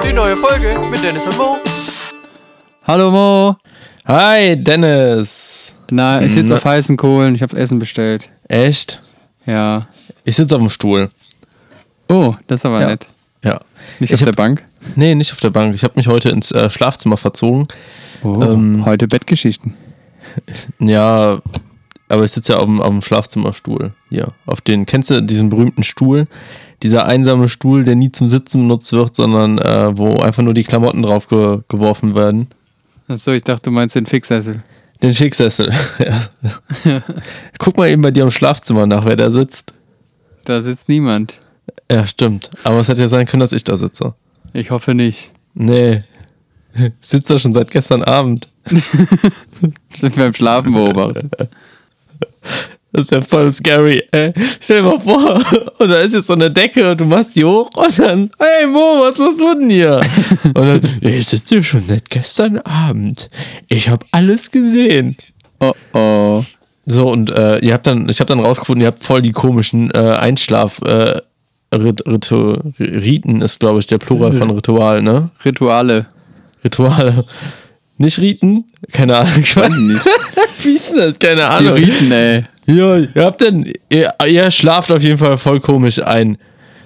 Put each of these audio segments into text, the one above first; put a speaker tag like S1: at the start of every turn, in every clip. S1: Folge mit Dennis und Mo.
S2: Hallo Mo.
S3: Hi, Dennis.
S2: Na, ich sitze auf heißen Kohlen. Ich hab's Essen bestellt.
S3: Echt?
S2: Ja.
S3: Ich sitze auf dem Stuhl.
S2: Oh, das ist aber nett.
S3: Ja.
S2: Nicht
S3: Ich
S2: auf
S3: hab-
S2: der Bank.
S3: Nee, nicht auf der Bank. Ich habe mich heute ins äh, Schlafzimmer verzogen.
S2: Oh, heute Bettgeschichten.
S3: Ja, aber ich sitze ja auf dem, auf dem Schlafzimmerstuhl. Hier. Auf den, kennst du diesen berühmten Stuhl? Dieser einsame Stuhl, der nie zum Sitzen benutzt wird, sondern äh, wo einfach nur die Klamotten drauf ge geworfen werden.
S2: Achso, ich dachte, du meinst den Fixsessel.
S3: Den Schicksessel. ja. Guck mal eben bei dir im Schlafzimmer nach, wer da sitzt.
S2: Da sitzt niemand.
S3: Ja, stimmt. Aber es hätte ja sein können, dass ich da sitze.
S2: Ich hoffe nicht.
S3: Nee. Ich sitze da schon seit gestern Abend.
S2: Das wird beim Schlafen beobachtet.
S3: Das wäre voll scary. Ey, stell dir mal vor, und da ist jetzt so eine Decke und du machst die hoch und dann, hey Mo, was machst du denn hier? Und dann, ich sitze hier schon seit gestern Abend. Ich habe alles gesehen.
S2: Oh oh.
S3: So, und äh, ihr habt dann, ich habe dann rausgefunden, ihr habt voll die komischen äh, Einschlaf- äh, Rit Ritu- Riten ist, glaube ich, der Plural von Ritual, ne?
S2: Rituale.
S3: Rituale. Nicht Riten? Keine Ahnung. Ich weiß
S2: nicht.
S3: Wie ist denn das? Keine
S2: Die
S3: Ahnung.
S2: Riten, ey.
S3: Ja, ihr habt denn, ihr, ihr schlaft auf jeden Fall voll komisch ein.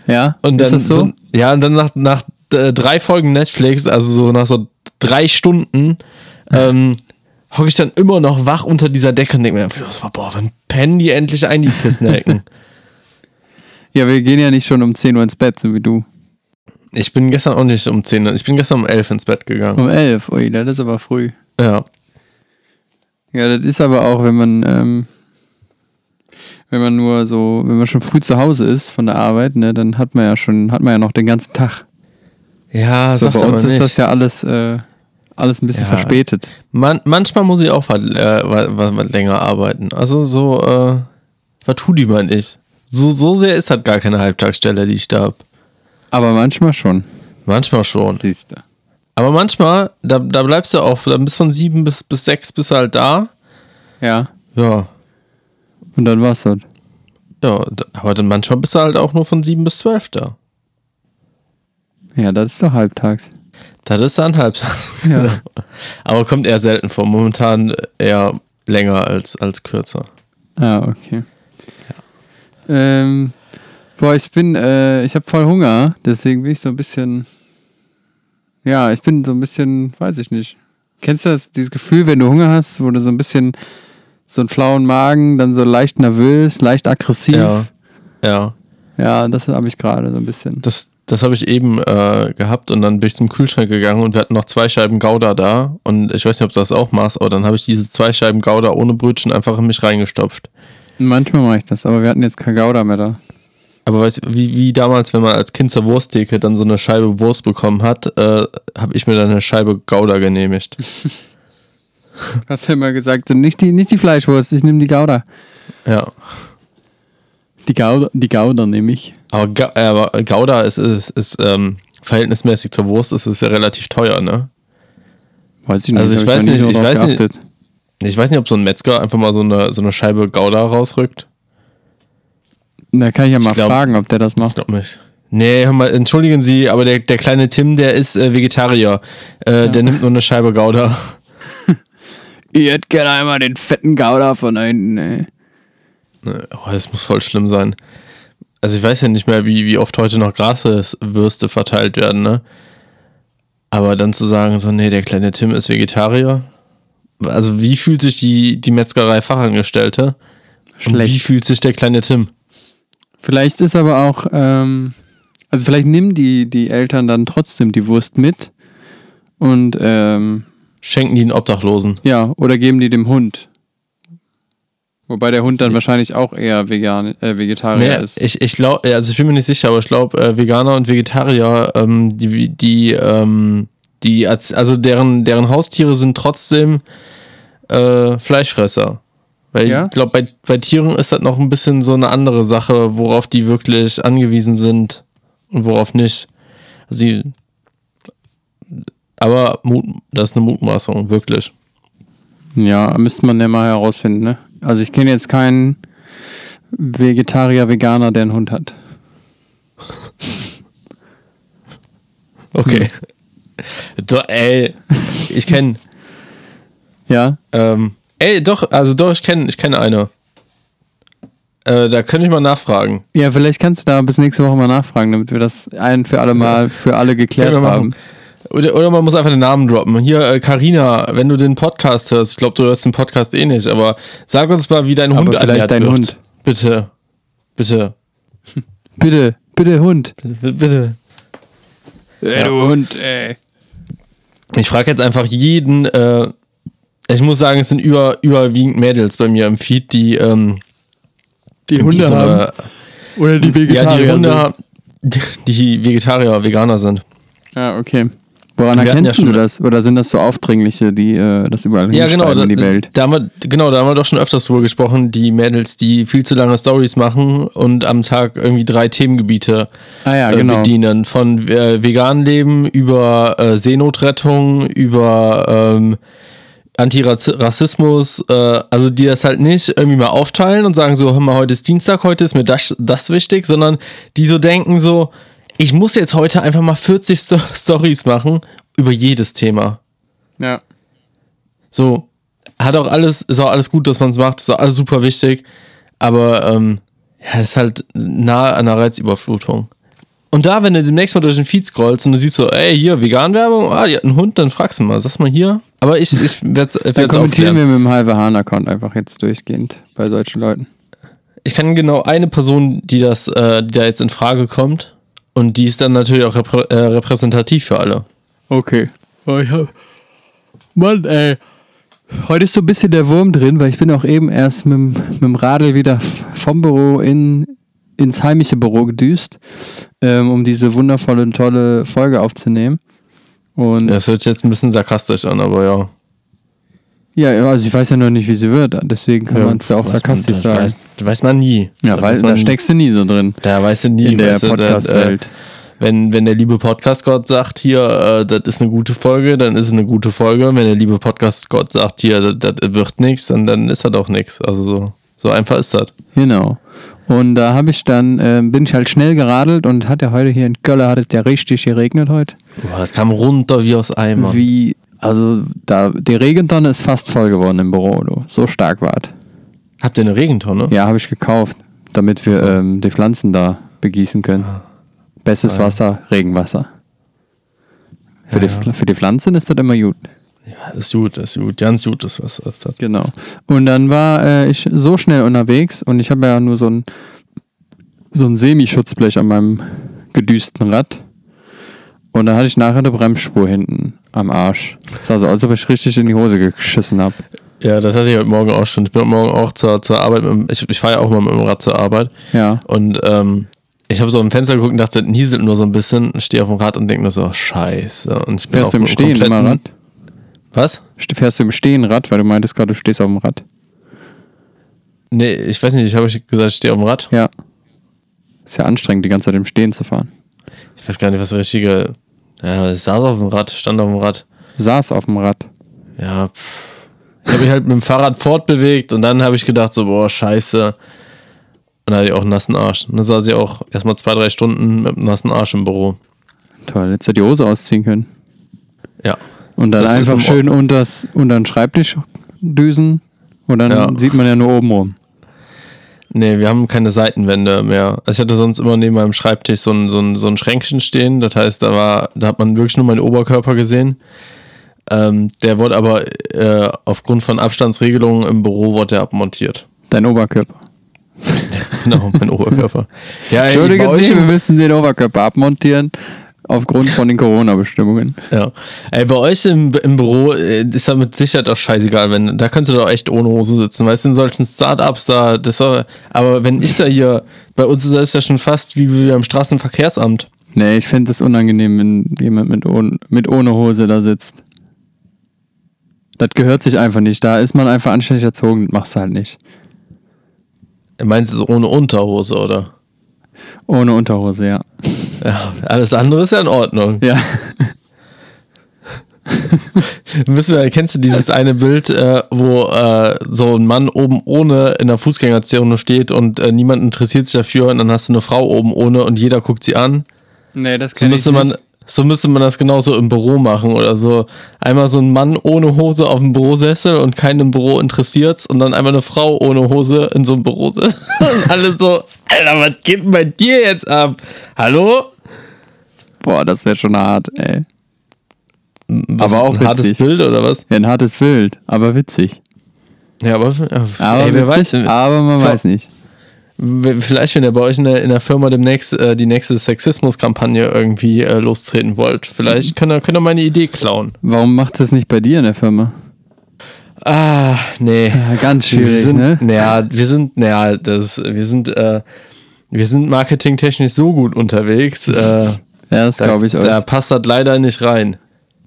S2: Ja?
S3: Und dann
S2: ist das so?
S3: sind- ja, und dann nach, nach äh, drei Folgen Netflix, also so nach so drei Stunden, ähm, hocke ich dann immer noch wach unter dieser Decke und denke mir, einfach, boah, wann pennen die endlich ein, die Pissnecken?
S2: ja, wir gehen ja nicht schon um 10 Uhr ins Bett, so wie du.
S3: ich bin gestern auch nicht um 10, ich bin gestern um 11 ins Bett gegangen.
S2: Um 11. Ui, das ist aber früh.
S3: Ja.
S2: Ja, das ist aber auch, wenn man, ähm, wenn man nur so, wenn man schon früh zu Hause ist von der Arbeit, ne, dann hat man ja schon, hat man ja noch den ganzen Tag.
S3: Ja,
S2: So,
S3: sagt
S2: bei
S3: er
S2: uns
S3: mal
S2: ist
S3: nicht.
S2: das ja alles, äh, alles ein bisschen
S3: Ja.
S2: verspätet.
S3: Man, manchmal muss ich auch was, äh, was, was, was länger arbeiten. Also so, äh, was tut die man nicht? So, so sehr ist das gar keine Halbtagsstelle, die ich da hab.
S2: Aber manchmal schon.
S3: Manchmal schon.
S2: Siehst du.
S3: Aber manchmal, da, da bleibst du auch, dann bist von sieben bis, bis sechs bist du halt da.
S2: Ja.
S3: Ja.
S2: Und dann war's das.
S3: Ja, da- aber dann manchmal bist du halt auch nur von sieben bis zwölf da.
S2: Ja, das ist doch halbtags.
S3: Das ist dann halb.
S2: Ja.
S3: aber kommt eher selten vor. Momentan eher länger als, als kürzer.
S2: ah, okay. Ähm, boah, ich bin, äh, ich habe voll Hunger, deswegen bin ich so ein bisschen. Ja, ich bin so ein bisschen, weiß ich nicht. Kennst du das, dieses Gefühl, wenn du Hunger hast, wo du so ein bisschen so einen flauen Magen, dann so leicht nervös, leicht aggressiv?
S3: Ja. Ja.
S2: Ja, das habe ich gerade so ein bisschen.
S3: Das, das habe ich eben äh, gehabt und dann bin ich zum Kühlschrank gegangen und wir hatten noch zwei Scheiben Gouda da. Und ich weiß nicht, ob du das auch machst, aber dann habe ich diese zwei Scheiben Gouda ohne Brötchen einfach in mich reingestopft.
S2: Manchmal mache ich das, aber wir hatten jetzt kein Gouda mehr da.
S3: Aber weißt du, wie, wie damals, wenn man als Kind zur Wursttheke dann so eine Scheibe Wurst bekommen hat, äh, habe ich mir dann eine Scheibe Gouda genehmigt.
S2: Hast du immer gesagt, so nicht die, nicht die Fleischwurst, ich nehme die Gouda.
S3: Ja.
S2: Die Gouda, die Gouda nehme ich.
S3: Aber, Ga äh, aber Gouda ist, ist, ist ähm, verhältnismäßig zur Wurst, ist es ja relativ teuer, ne?
S2: Weiß ich nicht.
S3: Also ich
S2: hab
S3: weiß
S2: noch nie
S3: nicht,
S2: so
S3: ich
S2: drauf
S3: weiß nicht.
S2: geachtet.
S3: Ich weiß nicht, ob so ein Metzger einfach mal so eine, so eine Scheibe Gouda rausrückt.
S2: Da kann ich ja mal
S3: glaub-
S2: fragen, ob der das
S3: Ich
S2: macht.
S3: glaube nicht. Nee, hör mal, entschuldigen Sie, aber der, der kleine Tim, der ist äh, Vegetarier. Äh, Der nimmt nur eine Scheibe Gouda.
S2: Ihr hättet gerne einmal den fetten Gouda von ne. hinten, ey.
S3: Oh, das muss voll schlimm sein. Also ich weiß ja nicht mehr, wie, wie oft heute noch Graswürste verteilt werden, ne? Aber dann zu sagen, so, nee, der kleine Tim ist Vegetarier. Also wie fühlt sich die, die Metzgerei Fachangestellte? Und
S2: Schlecht.
S3: Wie fühlt sich der kleine Tim?
S2: Vielleicht ist aber auch, ähm, also vielleicht nehmen die, die Eltern dann trotzdem die Wurst mit und, ähm,
S3: Schenken die einen Obdachlosen?
S2: ja, oder geben die dem Hund. Wobei der Hund dann wahrscheinlich auch eher vegan, äh, Vegetarier
S3: Nee,
S2: ist.
S3: ich ich glaube, also ich bin mir nicht sicher, aber ich glaube, äh, Veganer und Vegetarier, ähm, die, die, ähm, die, als- also deren, deren Haustiere sind trotzdem äh, Fleischfresser. Weil
S2: Ja?
S3: ich glaube, bei, bei Tieren ist das noch ein bisschen so eine andere Sache, worauf die wirklich angewiesen sind und worauf nicht. Sie, aber Mut, das ist eine Mutmaßung, wirklich.
S2: Ja, müsste man ja mal herausfinden, ne? Also ich kenne jetzt keinen Vegetarier, Veganer, der einen Hund hat.
S3: Okay.
S2: Hm.
S3: Doch, ey, ich kenne.
S2: Ja.
S3: Ähm, ey, doch, also doch, ich kenne ich kenn eine. Äh, da könnte ich mal nachfragen.
S2: Ja, vielleicht kannst du da bis nächste Woche mal nachfragen, damit wir das ein für alle Mal für alle geklärt
S3: Können wir
S2: haben.
S3: machen. Oder, oder man muss einfach den Namen droppen. Hier, äh, Karina, wenn du den Podcast hörst, ich glaube, du hörst den Podcast eh nicht, aber sag uns mal, wie dein
S2: Aber
S3: Hund
S2: vielleicht
S3: ernährt
S2: dein
S3: wird.
S2: Hund.
S3: Bitte. Bitte.
S2: Bitte, bitte Hund.
S3: B- Bitte.
S2: Ey,
S3: du
S2: Hund, ey.
S3: Ich frage jetzt einfach jeden, äh, ich muss sagen, es sind über, überwiegend Mädels bei mir im Feed, die, ähm,
S2: Die Hunde
S3: die so
S2: haben.
S3: eine,
S2: Oder die Vegetarier.
S3: ja, die also. Hunde
S2: sind.
S3: haben, die Vegetarier, Veganer sind.
S2: Ah, okay. Woran
S3: Wir hatten
S2: erkennst
S3: ja
S2: du
S3: schon-
S2: das? Oder sind das so Aufdringliche, die äh, das überall
S3: Ja,
S2: hinschreiben
S3: genau, da,
S2: in die Welt?
S3: Da haben wir, genau, da haben wir doch schon öfters drüber gesprochen, die Mädels, die viel zu lange Stories machen und am Tag irgendwie drei Themengebiete
S2: Ah ja,
S3: äh,
S2: genau.
S3: bedienen. Von äh, vegan Leben über äh, Seenotrettung, über ähm, Antirassismus, äh, also die das halt nicht irgendwie mal aufteilen und sagen so, hör mal, heute ist Dienstag, heute ist mir das, das wichtig, sondern die so denken so, ich muss jetzt heute einfach mal 40 Sto Stories machen über jedes Thema.
S2: Ja.
S3: So, hat auch alles, ist auch alles gut, dass man es macht, ist auch alles super wichtig, aber ähm, ja, ist halt nahe an der Reizüberflutung. Und da, wenn du demnächst mal durch den Feed scrollst und du siehst so, ey, hier, Vegan-Werbung, ah, die hat einen Hund, dann fragst du mal, sagst mal hier. Aber ich, ich werde
S2: Dann
S3: es
S2: kommentieren
S3: aufklären.
S2: wir mit dem halbe Hahn-Account einfach jetzt durchgehend bei solchen Leuten.
S3: Ich kann genau eine Person, die das, äh, die da jetzt in Frage kommt, und die ist dann natürlich auch reprä äh, repräsentativ für alle.
S2: Okay. Oh, Mann, ey. Heute ist so ein bisschen der Wurm drin, weil ich bin auch eben erst mit, dem- mit dem Radl wieder f- vom Büro in, ins heimische Büro gedüst, ähm, um diese wundervolle und tolle Folge aufzunehmen. Und
S3: Das hört sich jetzt ein bisschen sarkastisch an, aber ja.
S2: ja, also ich weiß ja noch nicht, wie sie wird, deswegen kann man es ja auch
S3: Weiß man-
S2: sarkastisch
S3: das
S2: sagen.
S3: Weiß, das weiß man nie.
S2: ja,
S3: Das
S2: weil
S3: weiß man
S2: da
S3: nie.
S2: steckst du nie so drin
S3: Da weißt du nie,
S2: in der
S3: weißt du, da- äh,
S2: Podcast-Welt.
S3: wenn, wenn der liebe Podcast-Gott sagt, hier, äh, das ist eine gute Folge, dann ist es eine gute Folge. Wenn der liebe Podcast-Gott sagt, hier, das das wird nichts, dann, dann ist das auch nichts. Also so, so einfach ist das.
S2: Genau. Und da habe ich dann, ähm, bin ich halt schnell geradelt und hat ja heute hier in Köln, hat es ja richtig geregnet heute.
S3: Boah, das kam runter wie aus Eimer.
S2: Wie, also da, die Regentonne ist fast voll geworden im Büro, du. So stark war es.
S3: Habt ihr eine Regentonne?
S2: Ja, habe ich gekauft, damit wir ähm, die Pflanzen da begießen können. Bestes Wasser, Regenwasser. Für, die, für die Pflanzen ist das immer gut.
S3: Ja, das ist gut, das ist gut. Ganz gut, das was ist das.
S2: Genau. Und dann war äh, ich so schnell unterwegs und ich habe ja nur so ein, so ein Semischutzblech an meinem gedüsten Rad. Und dann hatte ich nachher eine Bremsspur hinten am Arsch. Das sah so aus, als ob ich richtig in die Hose geschissen habe.
S3: Ja, das hatte ich heute Morgen auch schon. Ich bin heute Morgen auch zur, zur Arbeit, mit, dem- ich, ich fahre ja auch mal mit dem Rad zur Arbeit.
S2: Ja.
S3: Und ähm, ich habe so im Fenster geguckt und dachte, nieselt nur so ein bisschen, stehe auf dem Rad und denke nur so, oh, scheiße. Und ich bin
S2: Fährst du im
S3: auch
S2: Stehen
S3: komplett-
S2: immer Rad?
S3: Was?
S2: St- Fährst du im Stehen Rad, weil du meintest gerade, du stehst auf dem Rad.
S3: Nee, ich weiß nicht, ich habe gesagt, ich stehe auf dem Rad.
S2: Ja. Ist ja anstrengend, die ganze Zeit im Stehen zu fahren.
S3: Ich weiß gar nicht, was der richtige. Ja, ich saß auf dem Rad, stand auf dem Rad.
S2: Saß auf dem Rad.
S3: Ja. pff. Ich habe mich halt mit dem Fahrrad fortbewegt und dann habe ich gedacht, so, boah, scheiße. Und dann hatte ich auch einen nassen Arsch. Und dann saß ich auch erstmal zwei, drei Stunden mit einem nassen Arsch im Büro.
S2: Toll, hättest du die Hose ausziehen können.
S3: Ja.
S2: Und dann
S3: Das ist
S2: einfach
S3: am
S2: schön unters, unter den Schreibtisch düsen. Und dann
S3: Ja.
S2: sieht man ja nur oben rum.
S3: Nee, wir haben keine Seitenwände mehr. Also ich hatte sonst immer neben meinem Schreibtisch so ein, so ein, so ein Schränkchen stehen. Das heißt, da war, da hat man wirklich nur meinen Oberkörper gesehen. Ähm, der wurde aber äh, aufgrund von Abstandsregelungen im Büro wurde der abmontiert.
S2: Dein Oberkörper.
S3: Genau, mein Oberkörper. Ja, ey, bei
S2: Entschuldigen
S3: euch
S2: Sie, wir
S3: im-
S2: müssen den Oberkörper abmontieren. Aufgrund von den Corona-Bestimmungen.
S3: Ja. Ey, bei euch im, im Büro äh, ist da mit Sicherheit auch scheißegal, wenn da kannst du doch echt ohne Hose sitzen. Weißt du, in solchen Startups da, das ist doch, aber wenn ich da hier, bei uns ist das ja schon fast wie wir am Straßenverkehrsamt.
S2: Nee, ich finde es unangenehm, wenn jemand mit, ohn- mit ohne Hose da sitzt. Das gehört sich einfach nicht. Da ist man einfach anständig erzogen. Das machst du halt nicht.
S3: Meinst du so ohne Unterhose, oder?
S2: Ohne Unterhose, ja.
S3: Ja, alles andere ist ja in Ordnung.
S2: Ja.
S3: Müssen wir, kennst du dieses eine Bild, äh, wo äh, so ein Mann oben ohne in der Fußgängerzone steht und äh, niemand interessiert sich dafür und dann hast du eine Frau oben ohne und jeder guckt sie an?
S2: Nee, das
S3: So müsste man, So müsste man das genauso im Büro machen oder so. Einmal so ein Mann ohne Hose auf dem Bürosessel und keinen im Büro interessiert's und dann einmal eine Frau ohne Hose in so einem Bürosessel. Und alle so, Alter, was geht denn bei dir jetzt ab? Hallo?
S2: Boah, das wäre schon hart, ey.
S3: Was,
S2: auch
S3: ein hartes
S2: witzig.
S3: Bild oder was?
S2: Ja, ein hartes Bild, aber witzig.
S3: Ja, aber,
S2: Aber,
S3: ey, wer
S2: witzig,
S3: weiß,
S2: aber man
S3: Ver-
S2: weiß nicht.
S3: W- Vielleicht, wenn ihr bei euch in der, in der Firma demnächst äh, die nächste Sexismus-Kampagne irgendwie äh, lostreten wollt, vielleicht könnt ihr, könnt ihr meine Idee klauen.
S2: Warum macht das nicht bei dir in der Firma?
S3: Ah, nee.
S2: Ja, ganz
S3: Wir
S2: schwierig,
S3: sind,
S2: ne?
S3: naja, wir sind, naja, das, wir sind, äh, wir sind marketingtechnisch so gut unterwegs, äh,
S2: Ja, das
S3: da,
S2: glaube ich euch.
S3: da passt das leider nicht rein.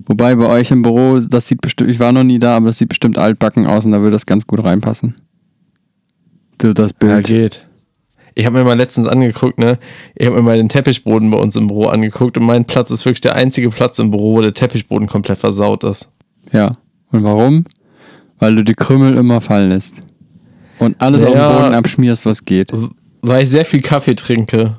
S2: Wobei bei euch im Büro, das sieht bestimmt, ich war noch nie da, aber das sieht bestimmt altbacken aus und da würde das ganz gut reinpassen. So das
S3: Ja,
S2: Bild.
S3: geht. Ich habe mir mal letztens angeguckt, ne? Ich habe mir mal den Teppichboden bei uns im Büro angeguckt und mein Platz ist wirklich der einzige Platz im Büro, wo der Teppichboden komplett versaut ist.
S2: Ja. Und warum? Weil du die Krümel immer fallen lässt. Und alles auf
S3: Ja.
S2: dem Boden abschmierst, was geht.
S3: weil ich sehr viel Kaffee trinke.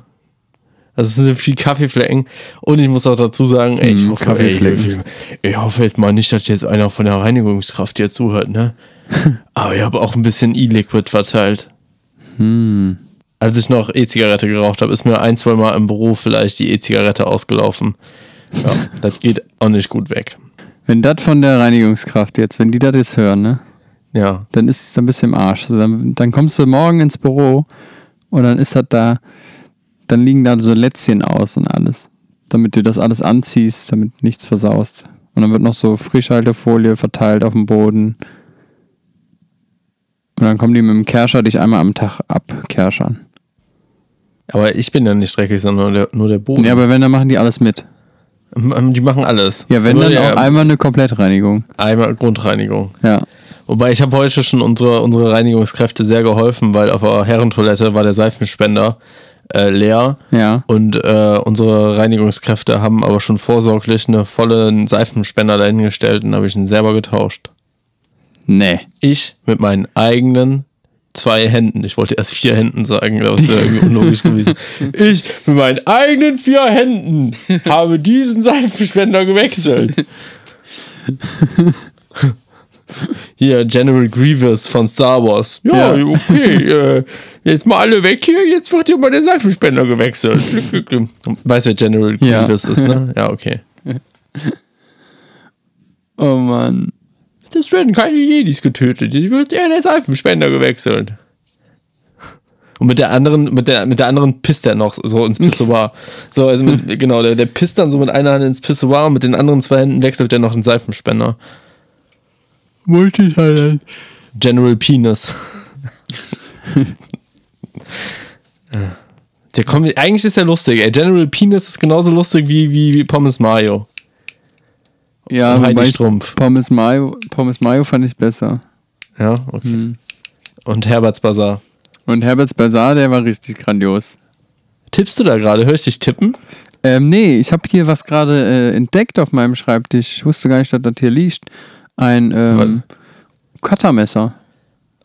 S3: Also es sind viel Kaffeeflecken. Und ich muss auch dazu sagen, ey, ich,
S2: Hm,
S3: hoffe, ey,
S2: Kaffeeflecken.
S3: ich hoffe jetzt mal nicht, dass jetzt einer von der Reinigungskraft hier zuhört, ne? Aber ich habe auch ein bisschen E-Liquid verteilt.
S2: Hm.
S3: Als ich noch E-Zigarette geraucht habe, ist mir ein, zwei Mal im Büro vielleicht die E-Zigarette ausgelaufen. Ja, das geht auch nicht gut weg.
S2: Wenn das von der Reinigungskraft jetzt, wenn die das jetzt hören, ne?
S3: Ja.
S2: Dann ist es ein bisschen im Arsch. So, dann, dann kommst du morgen ins Büro und dann ist das da, dann liegen da so Lätzchen aus und alles. Damit du das alles anziehst, damit nichts versaust. Und dann wird noch so Frischhaltefolie verteilt auf dem Boden. Und dann kommen die mit dem Kerscher dich einmal am Tag abkerschern.
S3: Aber ich bin ja nicht dreckig, sondern nur der, nur der Boden.
S2: Ja, aber wenn, dann machen die alles mit.
S3: die machen alles.
S2: Ja, wenn,
S3: Nur
S2: dann
S3: der-
S2: auch einmal eine Komplettreinigung.
S3: einmal Grundreinigung.
S2: Ja.
S3: Wobei ich habe heute schon unsere, unsere Reinigungskräfte sehr geholfen, weil auf der Herrentoilette war der Seifenspender äh, leer
S2: Ja.
S3: und äh, unsere Reinigungskräfte haben aber schon vorsorglich eine volle Seifenspender dahingestellt und habe ich ihn selber getauscht.
S2: Nee.
S3: Ich mit meinen eigenen zwei Händen, ich wollte erst vier Händen sagen, aber es wäre irgendwie unlogisch gewesen. Ich mit meinen eigenen vier Händen habe diesen Seifenspender gewechselt. Hier, General Grievous von Star Wars. Ja,
S2: Ja.
S3: okay. Äh, jetzt mal alle weg hier, jetzt wird hier mal der Seifenspender gewechselt. Weiß wer General
S2: Ja.
S3: Grievous ist, ne? Ja, okay.
S2: Oh Mann.
S3: Das werden keine Jedis getötet. Die wird ja in den Seifenspender gewechselt. Und mit der anderen, mit der, mit der anderen pisst er noch so ins Pissoir. So, also mit, genau, der, der pisst dann so mit einer Hand ins Pissoir und mit den anderen zwei Händen wechselt er noch den Seifenspender.
S2: Multitalent.
S3: General Penis. der kommt, eigentlich ist er lustig, ey. General Penis ist genauso lustig wie, wie, wie Pommes Mayo.
S2: Ja,
S3: Und
S2: wobei
S3: Heidi
S2: ich
S3: Strumpf.
S2: Pommes Mayo, Pommes Mayo fand ich besser.
S3: Ja, okay. Und Herberts Bazaar.
S2: Und Herberts Bazaar, der war richtig grandios.
S3: Tippst du da gerade? Hör ich dich tippen?
S2: Ähm, nee, ich habe hier was gerade äh, entdeckt auf meinem Schreibtisch. Ich wusste gar nicht, dass das hier liegt. Ein ähm, Cuttermesser.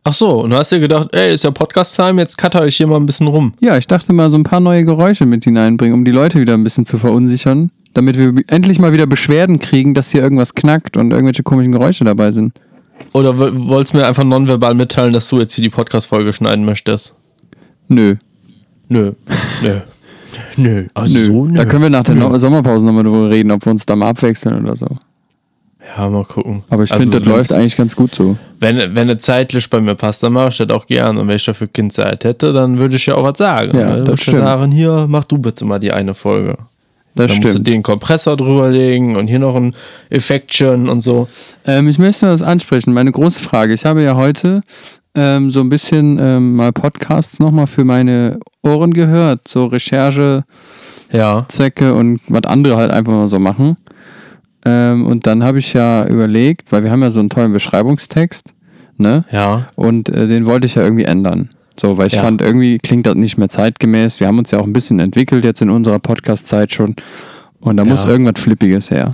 S3: Ach so, und du hast dir gedacht, ey, ist ja Podcast-Time, jetzt cutter ich hier mal ein bisschen rum.
S2: Ja, ich dachte mal, so ein paar neue Geräusche mit hineinbringen, um die Leute wieder ein bisschen zu verunsichern. Damit wir endlich mal wieder Beschwerden kriegen, dass hier irgendwas knackt und irgendwelche komischen Geräusche dabei sind.
S3: Oder wo- wolltest mir einfach nonverbal mitteilen, dass du jetzt hier die Podcast-Folge schneiden möchtest?
S2: Nö.
S3: Nö, nö, nö. Ach
S2: Nö.
S3: so, nö.
S2: Da können wir nach der no Sommerpause nochmal drüber reden, ob wir uns da mal abwechseln oder so.
S3: ja, mal gucken.
S2: Aber ich
S3: Also,
S2: finde, das
S3: wenn's-
S2: läuft eigentlich ganz gut so.
S3: Wenn, wenn eine zeitlich bei mir passt, dann mache ich das auch gern. Und wenn ich dafür Kind Zeit hätte, dann würde ich ja auch was sagen.
S2: Ja,
S3: Dann
S2: das
S3: würde ich
S2: stimmt.
S3: sagen, hier, mach du bitte mal die eine Folge.
S2: Das
S3: dann musst du
S2: stimmt.
S3: den Kompressor drüberlegen und hier noch ein Effektchen und so.
S2: Ähm, ich möchte das ansprechen. Meine große Frage. Ich habe ja heute ähm, so ein bisschen ähm, mal Podcasts nochmal für meine Ohren gehört. So Recherchezwecke
S3: Ja.
S2: und was andere halt einfach mal so machen. Ähm, und dann habe ich ja überlegt, weil wir haben ja so einen tollen Beschreibungstext, ne?
S3: Ja.
S2: Und äh, den wollte ich ja irgendwie ändern. So, weil ich
S3: Ja.
S2: fand, irgendwie klingt das nicht mehr zeitgemäß. Wir haben uns ja auch ein bisschen entwickelt jetzt in unserer Podcast-Zeit schon. Und da
S3: Ja.
S2: muss irgendwas Flippiges her.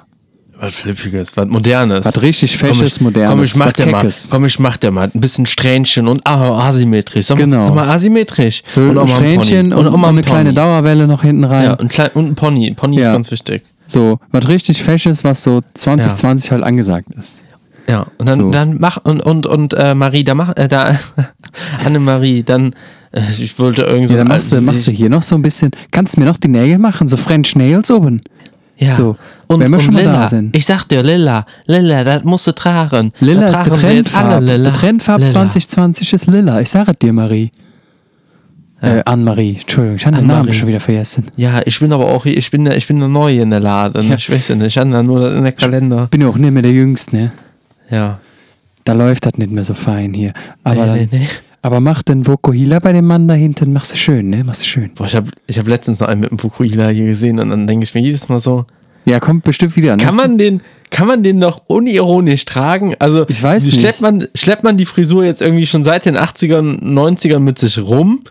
S3: Was Flippiges, was Modernes.
S2: Was richtig
S3: Komm,
S2: Fesches,
S3: ich-
S2: Modernes.
S3: Komm, ich mach
S2: was
S3: dir mal.
S2: Keckes.
S3: Komm, ich mach dir mal. Ein bisschen Strähnchen und ah, asymmetrisch. Sag, mal-
S2: Genau.
S3: sag mal asymmetrisch.
S2: So ein
S3: mal ein
S2: Strähnchen
S3: Pony.
S2: und,
S3: auch mal
S2: eine
S3: ein
S2: kleine
S3: Pony.
S2: Dauerwelle noch hinten rein.
S3: Ja, und, klein, und ein Pony. Pony ist
S2: Ja.
S3: ganz wichtig.
S2: So, was richtig Fesches, was so 2020 halt angesagt ist.
S3: Ja, und dann,
S2: So.
S3: dann mach und und und äh, Marie, da mach äh, da Annemarie, dann äh, ich wollte irgendwie so
S2: Ja, dann
S3: eine
S2: machst du,
S3: alte-
S2: machst du hier noch so ein bisschen, kannst mir noch die Nägel machen, so French Nails oben.
S3: ja.
S2: so,
S3: und,
S2: wenn wir
S3: und
S2: schon mal
S3: Lilla.
S2: da sind.
S3: Ich sag dir, Lilla, Lilla, das musst du tragen.
S2: Lila
S3: Da
S2: ist der
S3: tragen sie jetzt
S2: Trendfarb.
S3: alle Lilla.
S2: Der Trendfarb
S3: Lilla.
S2: 2020 ist Lila. Ich sage es dir, Marie. Äh, Anne-Marie, Entschuldigung, ich habe den
S3: Anne-Marie.
S2: Namen schon wieder vergessen.
S3: Ja, ich bin aber auch hier, ich bin da- ich bin da neu in der Laden.
S2: Ja.
S3: Ich weiß ja nicht, ich habe da nur das in der Kalender.
S2: Bin ja auch nicht mehr der Jüngste, ne?
S3: Ja.
S2: Da läuft das nicht mehr so fein hier. Aber,
S3: Nee,
S2: dann,
S3: nee, nee.
S2: aber mach den Vokuhila bei dem Mann da hinten, mach's schön, ne? Mach's schön.
S3: Boah, ich habe ich hab letztens noch einen mit dem Fukuhila hier gesehen und dann denke ich mir jedes Mal so,
S2: Ja, kommt bestimmt wieder an.
S3: Kann man den, kann man den noch unironisch tragen? Also
S2: Ich weiß
S3: schleppt
S2: nicht.
S3: Man, schleppt man die Frisur jetzt irgendwie schon seit den 80ern, 90ern mit sich rum?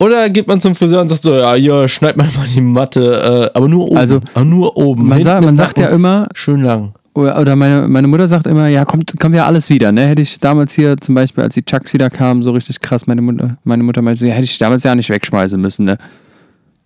S3: Oder geht man zum Friseur und sagt so, ja, hier, schneid mal mal die Matte, äh, aber nur oben.
S2: Also,
S3: aber nur oben.
S2: man,
S3: Hinten
S2: sagt,
S3: im
S2: man sagt ja
S3: Nacken
S2: immer,
S3: Schön lang.
S2: oder oder meine, meine Mutter sagt immer, ja, kommt, kommt ja alles wieder, ne? Hätte ich damals hier zum Beispiel, als die Chucks wieder kamen, so richtig krass, meine Mutter, meine Mutter meinte, so, ja, hätte ich damals ja nicht wegschmeißen müssen, ne?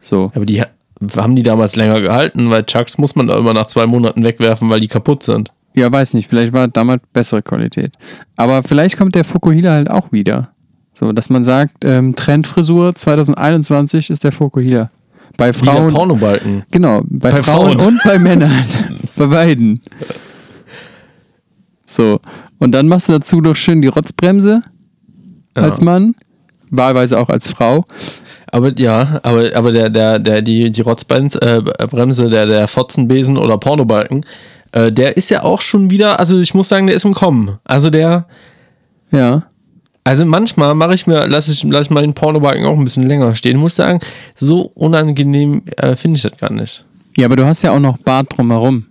S2: So.
S3: Aber die ha- haben die damals länger gehalten, weil Chucks muss man da immer nach zwei Monaten wegwerfen, weil die kaputt sind.
S2: Ja, weiß nicht, vielleicht war damals bessere Qualität. Aber vielleicht kommt der Fokuhila halt auch wieder. So, dass man sagt, ähm, Trendfrisur 2021 ist der Fokuhila. Bei
S3: Wie der
S2: Frauen.
S3: Pornobalken.
S2: Genau, bei,
S3: Bei
S2: Frauen,
S3: Frauen.
S2: und bei Männern. bei beiden. So. Und dann machst du dazu noch schön die Rotzbremse
S3: Ja.
S2: als Mann, wahlweise auch als Frau.
S3: Aber ja, aber, aber der, der, der, die, die Rotzbremse, äh, Bremse, der, der Fotzenbesen oder Pornobalken, äh, der ist ja auch schon wieder, also ich muss sagen, der ist im Kommen. Also der,
S2: Ja.
S3: also manchmal mache ich mir, lasse ich, lass ich mal den Pornobalken auch ein bisschen länger stehen, muss sagen, so unangenehm äh, finde ich das gar nicht.
S2: Ja, aber du hast ja auch noch Bart drumherum.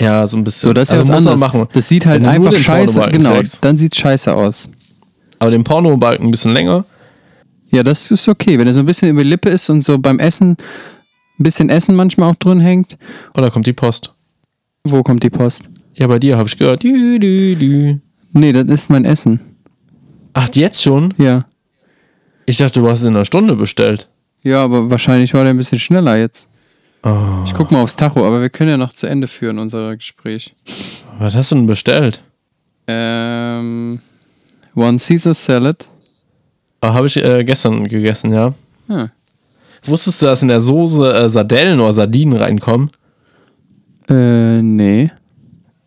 S3: Ja, so ein bisschen.
S2: So, das ist ja was
S3: Also muss man
S2: anderes.
S3: Machen.
S2: Das sieht halt
S3: Wenn du nur
S2: einfach
S3: den
S2: scheiße.
S3: Pornobalken
S2: Genau,
S3: trägst.
S2: dann sieht's scheiße aus.
S3: Aber den Pornobalken ein bisschen länger.
S2: Ja, das ist okay. Wenn er so ein bisschen über die Lippe ist und so beim Essen ein bisschen Essen manchmal auch drin hängt.
S3: Oder kommt die Post?
S2: Wo kommt die Post?
S3: Ja, bei dir habe ich gehört. Dü, dü, dü.
S2: Nee, das ist mein Essen.
S3: Ach, jetzt schon?
S2: Ja.
S3: Ich dachte, du hast es in einer Stunde bestellt.
S2: Ja, aber wahrscheinlich war der ein bisschen schneller jetzt.
S3: Oh,
S2: Ich guck mal aufs Tacho, aber wir können ja noch zu Ende führen, unser Gespräch.
S3: was hast du denn bestellt?
S2: Ähm, One Caesar Salad.
S3: Ah, Habe ich äh, gestern gegessen, ja.
S2: Ja.
S3: Wusstest du, dass in der Soße äh, Sardellen oder Sardinen reinkommen?
S2: Äh, nee.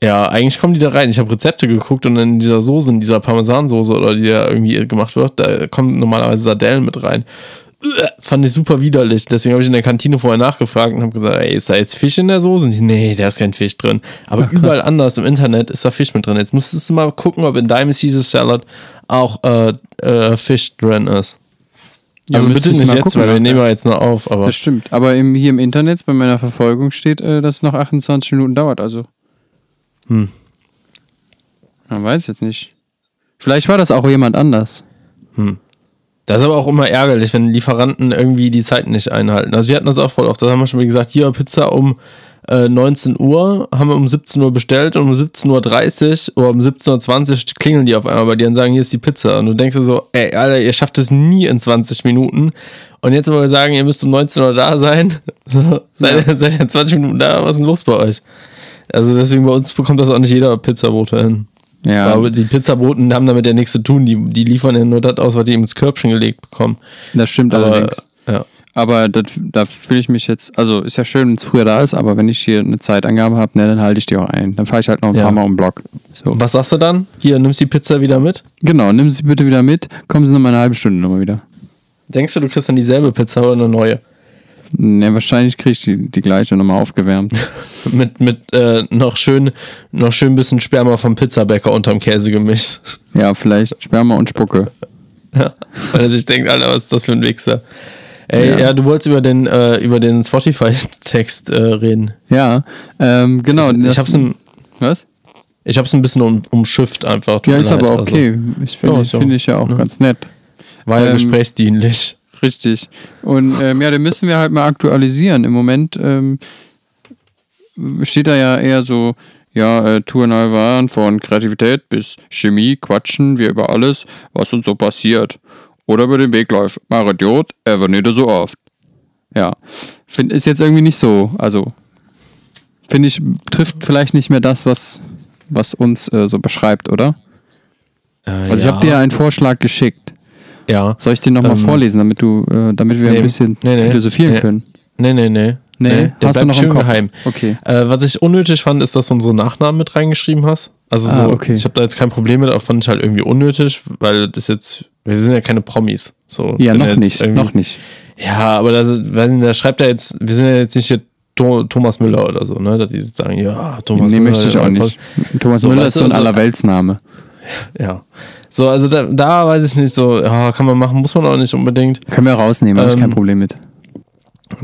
S3: Ja, eigentlich kommen die da rein. Ich habe Rezepte geguckt und in dieser Soße, in dieser Parmesansoße oder die da irgendwie gemacht wird, da kommen normalerweise Sardellen mit rein. Uah, Fand ich super widerlich. Deswegen habe ich in der Kantine vorher nachgefragt und habe gesagt, ey, ist da jetzt Fisch in der Soße? Und die, nee, da ist kein Fisch drin. Aber überall anders im Internet ist da Fisch mit drin. Jetzt müsstest du mal gucken, ob in deinem Caesar Salad auch äh, äh, Fisch drin ist.
S2: Ja,
S3: Also
S2: müsste
S3: bitte
S2: ich
S3: nicht
S2: mal
S3: jetzt,
S2: gucken,
S3: weil wir
S2: ja.
S3: nehmen ja jetzt noch auf. Aber
S2: Das stimmt. Aber im, hier im Internet bei meiner Verfolgung steht, äh, dass es noch 28 Minuten dauert. Also.
S3: Hm.
S2: Man weiß jetzt nicht. Vielleicht war das auch jemand anders.
S3: Das ist aber auch immer ärgerlich, wenn Lieferanten irgendwie die Zeit nicht einhalten. Also wir hatten das auch voll oft. Das haben wir schon mal gesagt, hier Pizza um äh, 19 Uhr, haben wir um 17 Uhr bestellt und um 17.30 Uhr oder um 17.20 Uhr klingeln die auf einmal bei dir und sagen, hier ist die Pizza. Und du denkst dir so, ey, Alter, ihr schafft es nie in 20 Minuten. Und jetzt wollen wir sagen, ihr müsst um 19 Uhr da sein. So, seid, ihr, seid ihr 20 Minuten da? Was ist denn los bei euch? Also deswegen bei uns bekommt das auch nicht jeder Pizzabote hin.
S2: Ja,
S3: Aber die Pizzaboten haben damit ja nichts zu tun. Die, die liefern ja nur das aus, was die eben ins Körbchen gelegt bekommen.
S2: das stimmt
S3: Aber,
S2: allerdings.
S3: ja.
S2: Aber das, da fühle ich mich jetzt, also ist ja schön, wenn es früher da ist, aber wenn ich hier eine Zeitangabe habe, ne, dann halte ich die auch ein. Dann fahre ich halt noch ein
S3: Ja.
S2: paar Mal um den Block. So.
S3: Was sagst du dann? Hier, nimmst die Pizza wieder mit?
S2: Genau, nimm sie bitte wieder mit, kommen sie nochmal eine halbe Stunde nochmal wieder.
S3: Denkst du, du kriegst dann dieselbe Pizza oder eine neue?
S2: Ne, wahrscheinlich kriege ich die, die gleiche nochmal aufgewärmt.
S3: Mit, mit äh, noch schön noch schön bisschen Sperma vom Pizzabäcker unterm Käse gemischt.
S2: ja, vielleicht Sperma und Spucke.
S3: Ja. Weil er sich denkt, Alter, was ist das für ein Wichser? Ey,
S2: Ja.
S3: ja, du wolltest über den, äh, über den Spotify-Text äh, reden.
S2: Ja, ähm, genau.
S3: ich hab's ein,
S2: Was?
S3: ich hab's ein bisschen um, umschifft einfach. Tut
S2: Ja,
S3: mir
S2: ist aber
S3: leid. also.
S2: okay. Ich finde
S3: Ja, ist ja- ne?
S2: find ich ja auch ganz nett.
S3: Also, war ja
S2: Ähm,
S3: gesprächsdienlich.
S2: Richtig. Und ähm, ja, den müssen wir halt mal aktualisieren. Im Moment ähm, steht da ja eher so, ja, äh, Tournal waren von Kreativität bis Chemie, quatschen wir über alles, was uns so passiert. Oder über den Weg läuft. Mach Idiot, er wird nicht so oft. Ja. Find, ist jetzt irgendwie nicht so. Also, finde ich, trifft vielleicht nicht mehr das, was, was uns äh, so beschreibt, oder?
S3: Äh,
S2: Also ich habe dir einen Vorschlag geschickt.
S3: ja.
S2: Soll ich den nochmal
S3: Ähm,
S2: vorlesen, damit du, äh, damit wir
S3: nee,
S2: ein bisschen
S3: nee, nee,
S2: philosophieren
S3: nee.
S2: können?
S3: Nee, nee, nee.
S2: Nee,
S3: der
S2: hast du
S3: bleibt
S2: noch im
S3: schön
S2: Kopf?
S3: geheim.
S2: Okay.
S3: Äh, was ich unnötig fand, ist, dass du unsere Nachnamen mit reingeschrieben hast. Also
S2: Ah,
S3: so,
S2: okay.
S3: ich habe da jetzt kein Problem mit, aber fand ich halt irgendwie unnötig, weil das jetzt, wir sind ja keine Promis. So,
S2: Ja,
S3: wenn
S2: noch
S3: jetzt
S2: nicht,
S3: irgendwie-
S2: noch nicht.
S3: Ja, aber da, wenn, da schreibt er jetzt, wir sind ja jetzt nicht hier Tho- Thomas Müller oder so, ne? Dass die jetzt sagen, ja, Thomas
S2: nee,
S3: Müller.
S2: möchte ich auch
S3: ja,
S2: nicht. Thomas
S3: So,
S2: Müller ist
S3: weißt du,
S2: so ein
S3: also-
S2: Allerweltsname.
S3: Ja. So, also da, da weiß ich nicht, so, ja, kann man machen, muss man auch nicht unbedingt.
S2: Können wir rausnehmen, habe ich
S3: Ähm,
S2: kein Problem mit.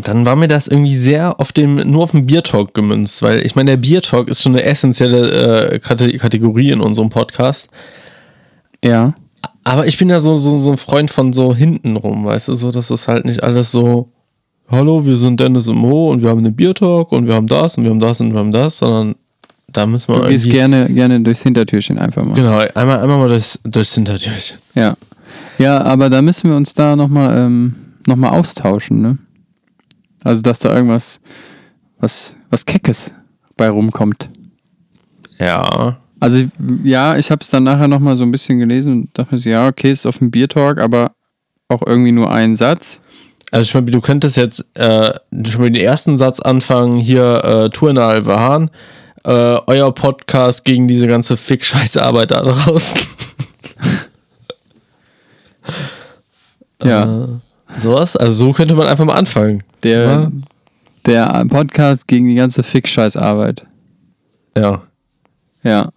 S3: Dann war mir das irgendwie sehr auf dem, nur auf den Biertalk gemünzt, weil ich meine, der Biertalk ist schon eine essentielle äh, Kate- Kategorie in unserem Podcast.
S2: Ja.
S3: Aber ich bin ja so, so, so ein Freund von so hintenrum, weißt du, so, dass es halt nicht alles so, hallo, wir sind Dennis und Mo und wir haben den Biertalk und wir haben das und wir haben das und wir haben das, sondern da müssen wir
S2: Du gehst
S3: irgendwie,
S2: gerne, gerne durchs Hintertürchen einfach mal.
S3: genau, einmal, einmal mal durchs, durchs Hintertürchen.
S2: Ja. Ja, aber da müssen wir uns da nochmal ähm, noch mal austauschen, ne? Also, dass da irgendwas, was, was Keckes bei rumkommt.
S3: Ja,
S2: Also, ich- ja, ich habe es dann nachher nochmal so ein bisschen gelesen und dachte mir so, ja, okay, ist auf dem Biertalk, aber auch irgendwie nur ein Satz.
S3: Also ich meine, du könntest jetzt äh, schon mit dem ersten Satz anfangen, hier äh, Tour in Alvahan, äh, euer Podcast gegen diese ganze Fick-Scheiße-Arbeit da draußen.
S2: Ja.
S3: Äh, sowas? Also so könnte man einfach mal anfangen.
S2: der, der Podcast gegen die ganze Fick-Scheiß-Arbeit.
S3: Ja. ja.
S2: Ja.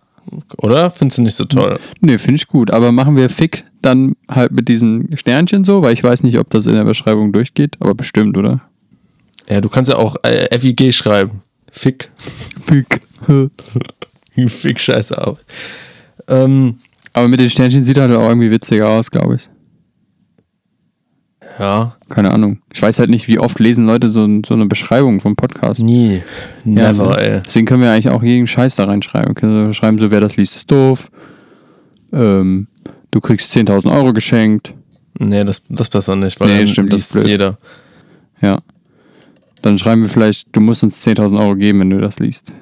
S3: Oder? Findest du nicht so toll?
S2: Nee, finde ich gut. Aber machen wir Fick dann halt mit diesen Sternchen so, weil ich weiß nicht, ob das in der Beschreibung durchgeht, aber bestimmt, oder?
S3: Ja, du kannst ja auch äh, FIG schreiben. Fick.
S2: Fick.
S3: Fick-Scheiße-Arbeit. Ähm,
S2: Aber mit den Sternchen sieht er halt auch irgendwie witziger aus, glaube ich.
S3: ja.
S2: Keine Ahnung. Ich weiß halt nicht, wie oft lesen Leute so, ein- so eine Beschreibung vom Podcast.
S3: Nie.
S2: Ja, ne?
S3: Never, ey.
S2: Deswegen können wir eigentlich auch jeden Scheiß da reinschreiben. Wir können so schreiben, so wer das liest, ist doof. Ähm, du kriegst 10.000 Euro geschenkt.
S3: Nee, das, das besser nicht, weil
S2: Nee,
S3: dann
S2: stimmt, das ist
S3: liest
S2: blöd.
S3: jeder.
S2: Ja. Dann schreiben wir vielleicht, du musst uns 10.000 Euro geben, wenn du das liest.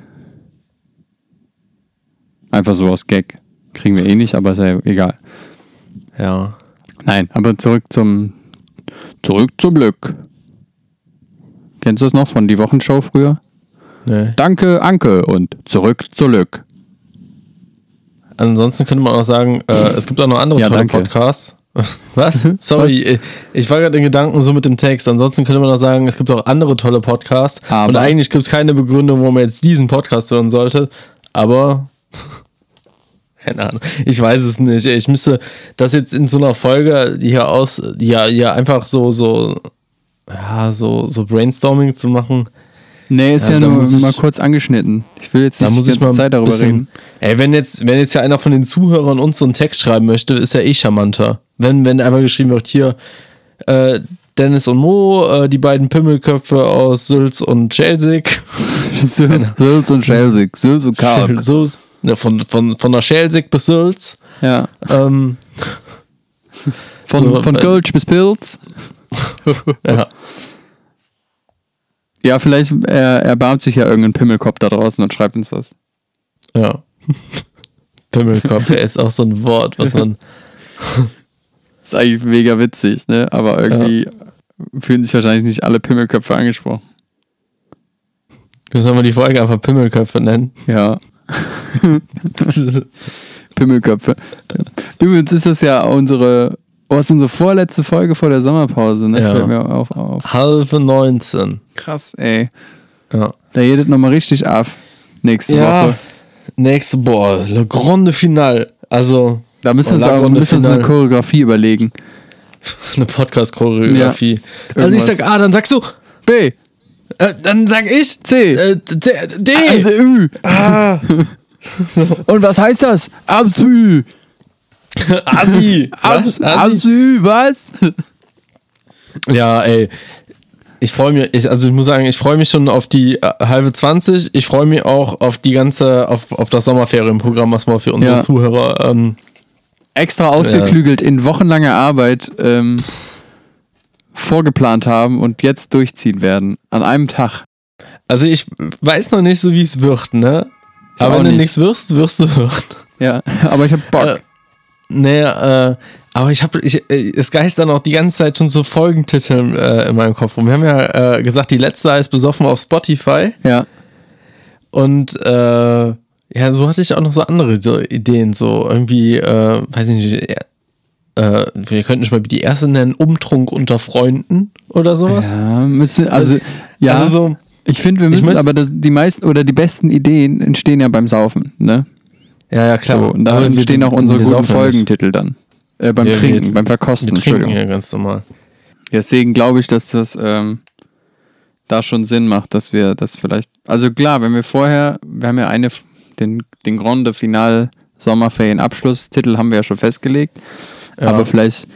S2: Einfach so aus Gag. Kriegen wir eh nicht, aber ist ja egal.
S3: Ja.
S2: Nein, aber zurück zum zurück zum Glück. Kennst du das noch von die Wochenshow früher?
S3: Nee.
S2: Danke, Anke und zurück zu Glück.
S3: Ansonsten könnte man auch sagen, äh, es gibt auch noch andere
S2: Ja,
S3: tolle
S2: danke.
S3: Podcasts. Was? Sorry, äh, ich war gerade in Gedanken so mit dem Text. Ansonsten könnte man auch sagen, es gibt auch andere tolle Podcasts.
S2: Aber-
S3: und eigentlich gibt es keine Begründung, warum man jetzt diesen Podcast hören sollte. Aber keine Ahnung. Ich weiß es nicht. Ich müsste das jetzt in so einer Folge hier aus, ja, ja, einfach so, so, ja, so, so Brainstorming zu machen.
S2: Nee, ist
S3: Ja,
S2: ja,
S3: da
S2: nur
S3: muss ich-
S2: mal kurz angeschnitten. Ich will jetzt
S3: Da
S2: nicht
S3: muss
S2: die
S3: ich mal
S2: ganze
S3: ein
S2: Zeit darüber
S3: bisschen,
S2: reden.
S3: Ey, wenn jetzt, wenn jetzt ja einer von den Zuhörern uns so einen Text schreiben möchte, ist ja eh charmanter. Wenn, wenn einfach geschrieben wird, hier, äh, Dennis und Mo, äh, die beiden Pimmelköpfe aus Sülz und Schelsig.
S2: Sülz Sülz und Schelsig, Sülz und Karl.
S3: Sülz. Ne, von, von, von der Schelsig bis Sülz.
S2: Ja.
S3: Ähm,
S2: Von,
S3: So,
S2: von
S3: äh,
S2: Gölsch bis Pilz.
S3: ja.
S2: Ja, vielleicht äh, erbarmt sich ja irgendein Pimmelkopf da draußen und schreibt uns was.
S3: ja. Pimmelköpfe ist auch so ein Wort, was man.
S2: Ist eigentlich mega witzig, ne? Aber irgendwie fühlen sich wahrscheinlich nicht alle Pimmelköpfe angesprochen.
S3: Wie soll man die Folge einfach Pimmelköpfe nennen?
S2: Ja. Pimmelköpfe. Übrigens ist das ja unsere, was unsere vorletzte Folge vor der Sommerpause, ne?
S3: Ja.
S2: Fällt mir auf, auf.
S3: Halbe 19.
S2: Krass, ey.
S3: Ja.
S2: Da jedet nochmal richtig ab nächste Woche.
S3: Nächste, boah, Le Grande Finale. Also
S2: Da müssen wir uns
S3: Boah, La
S2: auch
S3: Grande
S2: müssen wir uns eine
S3: Finale.
S2: Choreografie überlegen.
S3: eine Podcast-Choreografie. also ich
S2: Irgendwas.
S3: sag A, dann sagst du,
S2: B,
S3: äh, dann sag ich
S2: C,
S3: äh, D. D. Ah.
S2: also Ü. Und was heißt das? Absü.
S3: Asi. Was?
S2: Abs-
S3: Asi.
S2: Absü, was?
S3: Ja, ey. Ich freue mich, ich, also ich muss sagen, ich freue mich schon auf die äh, halbe 20. Ich freue mich auch auf die ganze, auf, auf das Sommerferienprogramm, was wir für unsere
S2: Ja.
S3: Zuhörer ähm,
S2: Extra ausgeklügelt in wochenlanger Arbeit ähm, vorgeplant haben und jetzt durchziehen werden. An einem Tag.
S3: Also ich weiß noch nicht so, wie es wird, ne?
S2: Ich
S3: Aber
S2: auch
S3: wenn du
S2: nicht.
S3: nichts wirst, wirst du Wirt.
S2: Ja, aber ich hab Bock.
S3: Äh, Naja, äh, aber ich habe, ich, äh, es geistern auch die ganze Zeit schon so Folgentitel äh, in meinem Kopf rum. Wir haben ja äh, gesagt, die letzte heißt besoffen auf Spotify
S2: ja.
S3: und äh, ja, so hatte ich auch noch so andere so Ideen, so irgendwie, äh, weiß ich nicht, äh, äh, wir könnten schon mal die erste nennen, Umtrunk unter Freunden oder sowas.
S2: Ja, müssen, also, ja.
S3: Also so,
S2: ich finde, wir müssen,
S3: muss-
S2: aber das, die meisten oder die besten Ideen entstehen ja beim Saufen, ne?
S3: ja, ja, klar.
S2: So, und da
S3: Aber wir
S2: entstehen
S3: sind-
S2: auch unsere
S3: wir
S2: guten
S3: saufen ja nicht.
S2: Folgentitel dann. Äh, beim
S3: Ja, wir-
S2: Trinken, beim
S3: Wir
S2: Verkosten,
S3: trinken
S2: Entschuldigung.
S3: ja ganz normal.
S2: Deswegen glaube ich, dass das ähm, da schon Sinn macht, dass wir das vielleicht. Also klar, wenn wir vorher, wir haben ja eine, F- den, den Grande Final Sommerferien Abschlusstitel haben wir ja schon festgelegt.
S3: Ja.
S2: Aber vielleicht,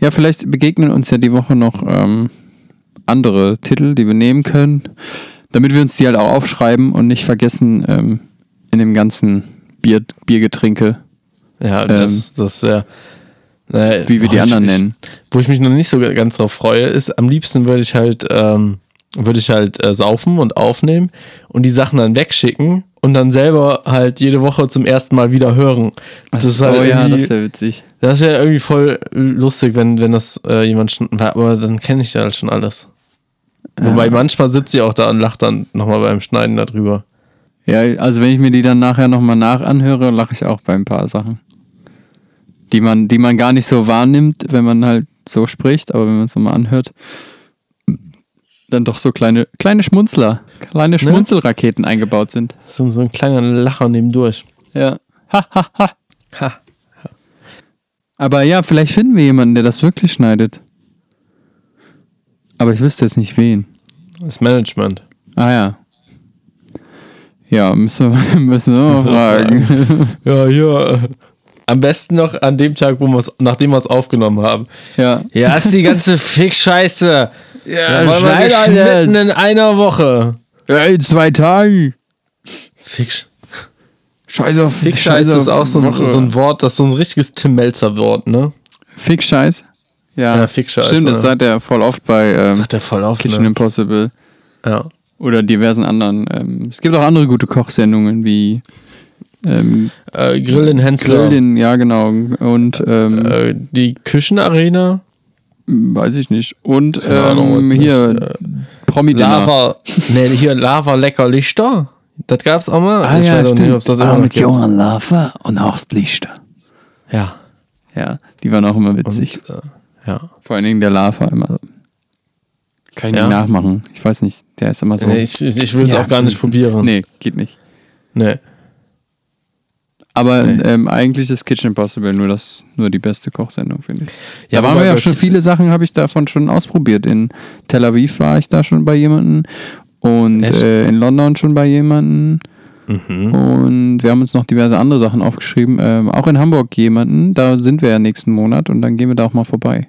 S2: ja, vielleicht begegnen uns ja die Woche noch ähm, andere Titel, die wir nehmen können, damit wir uns die halt auch aufschreiben und nicht vergessen ähm, in dem ganzen Bier, Biergetränke,
S3: Ja, das, das ja. Naja,
S2: Ähm. wie wir die
S3: Äh, oh, ich,
S2: anderen
S3: ich,
S2: nennen.
S3: Wo ich mich noch nicht so ganz drauf freue, ist, am liebsten würde ich halt, ähm, würde ich halt äh, saufen und aufnehmen und die Sachen dann wegschicken und dann selber halt jede Woche zum ersten Mal wieder hören. Das ist halt
S2: oh ja, das
S3: irgendwie,
S2: ist ja witzig.
S3: das wäre irgendwie voll lustig, wenn, wenn das äh, jemand schon, aber dann kenne ich ja halt schon alles. Wobei manchmal sitzt sie auch da und lacht dann nochmal beim Schneiden darüber.
S2: Ja, also wenn ich mir die dann nachher nochmal nach anhöre, lache ich auch bei ein paar Sachen. Die man, die man gar nicht so wahrnimmt, wenn man halt so spricht, aber wenn man es nochmal anhört, dann doch so kleine, kleine Schmunzler, kleine Schmunzelraketen eingebaut sind.
S3: So, so ein kleiner Lacher nebendurch.
S2: Ja. Ha, ha, ha.
S3: Ha.
S2: Aber ja, vielleicht finden wir jemanden, der das wirklich schneidet. Aber ich wüsste jetzt nicht wen.
S3: Das Management.
S2: Ah ja. Ja, müssen wir, müssen wir mal fragen.
S3: Ja, ja. Am besten noch an dem Tag, wo wir's, nachdem wir es aufgenommen haben.
S2: ja.
S3: Ja, ist die ganze Fick-Scheiße. Ja, ja
S2: schneid doch
S3: geschnitten
S2: jetzt.
S3: in einer Woche.
S2: Ey, zwei Tage.
S3: Fick,
S2: Scheiß auf
S3: Fick
S2: Scheiß
S3: Scheiße ist
S2: auf
S3: auch so ein,
S2: Woche.
S3: so ein Wort, das ist so ein richtiges Tim Melzer-Wort, ne?
S2: Fick Scheiß. Ja,
S3: Ja, Fick Scheiß,
S2: Stimmt, das
S3: ja.
S2: sagt er voll oft bei ähm,
S3: Sagt er voll auf.
S2: Kitchen
S3: Ne?
S2: Impossible
S3: Ja.
S2: oder diversen anderen. Ähm, es gibt auch andere gute Kochsendungen wie ähm,
S3: Äh, Grill in Hensler.
S2: Grill den, ja genau und ähm,
S3: äh, die Küchenarena.
S2: weiß ich nicht und
S3: Keine Ahnung,
S2: ähm,
S3: weiß nicht.
S2: hier
S3: Äh,
S2: Promi Dinner.
S3: Lava. nee, hier Lava Lecker Lichter. Das gab's auch mal.
S2: Ah,
S3: ich
S2: ja,
S3: weiß auch
S2: stimmt.
S3: nicht, ob's das immer noch gibt.
S2: Lava und Horst Lichter.
S3: Ja.
S2: Ja, die waren auch immer
S3: Und,
S2: witzig.
S3: äh, ja.
S2: Vor allen Dingen der Lava immer. Kann ich
S3: Ja.
S2: nicht nachmachen. Ich weiß nicht, der ist immer so.
S3: Nee, ich ich will es
S2: Ja,
S3: auch gar nicht
S2: mm,
S3: probieren.
S2: nee geht nicht.
S3: nee.
S2: Aber ähm, eigentlich ist Kitchen Impossible nur das nur die beste Kochsendung, finde ich.
S3: Ja,
S2: Ja, da waren
S3: wobei
S2: wir ja
S3: bei
S2: schon
S3: Kitchen-
S2: viele Sachen, habe ich davon schon ausprobiert. In Tel Aviv war ich da schon bei jemandem und
S3: Echt?
S2: äh, in London schon bei jemandem.
S3: Mhm.
S2: Und wir haben uns noch diverse andere Sachen aufgeschrieben. Ähm, auch in Hamburg jemanden. Da sind wir ja nächsten Monat und dann gehen wir da auch mal vorbei.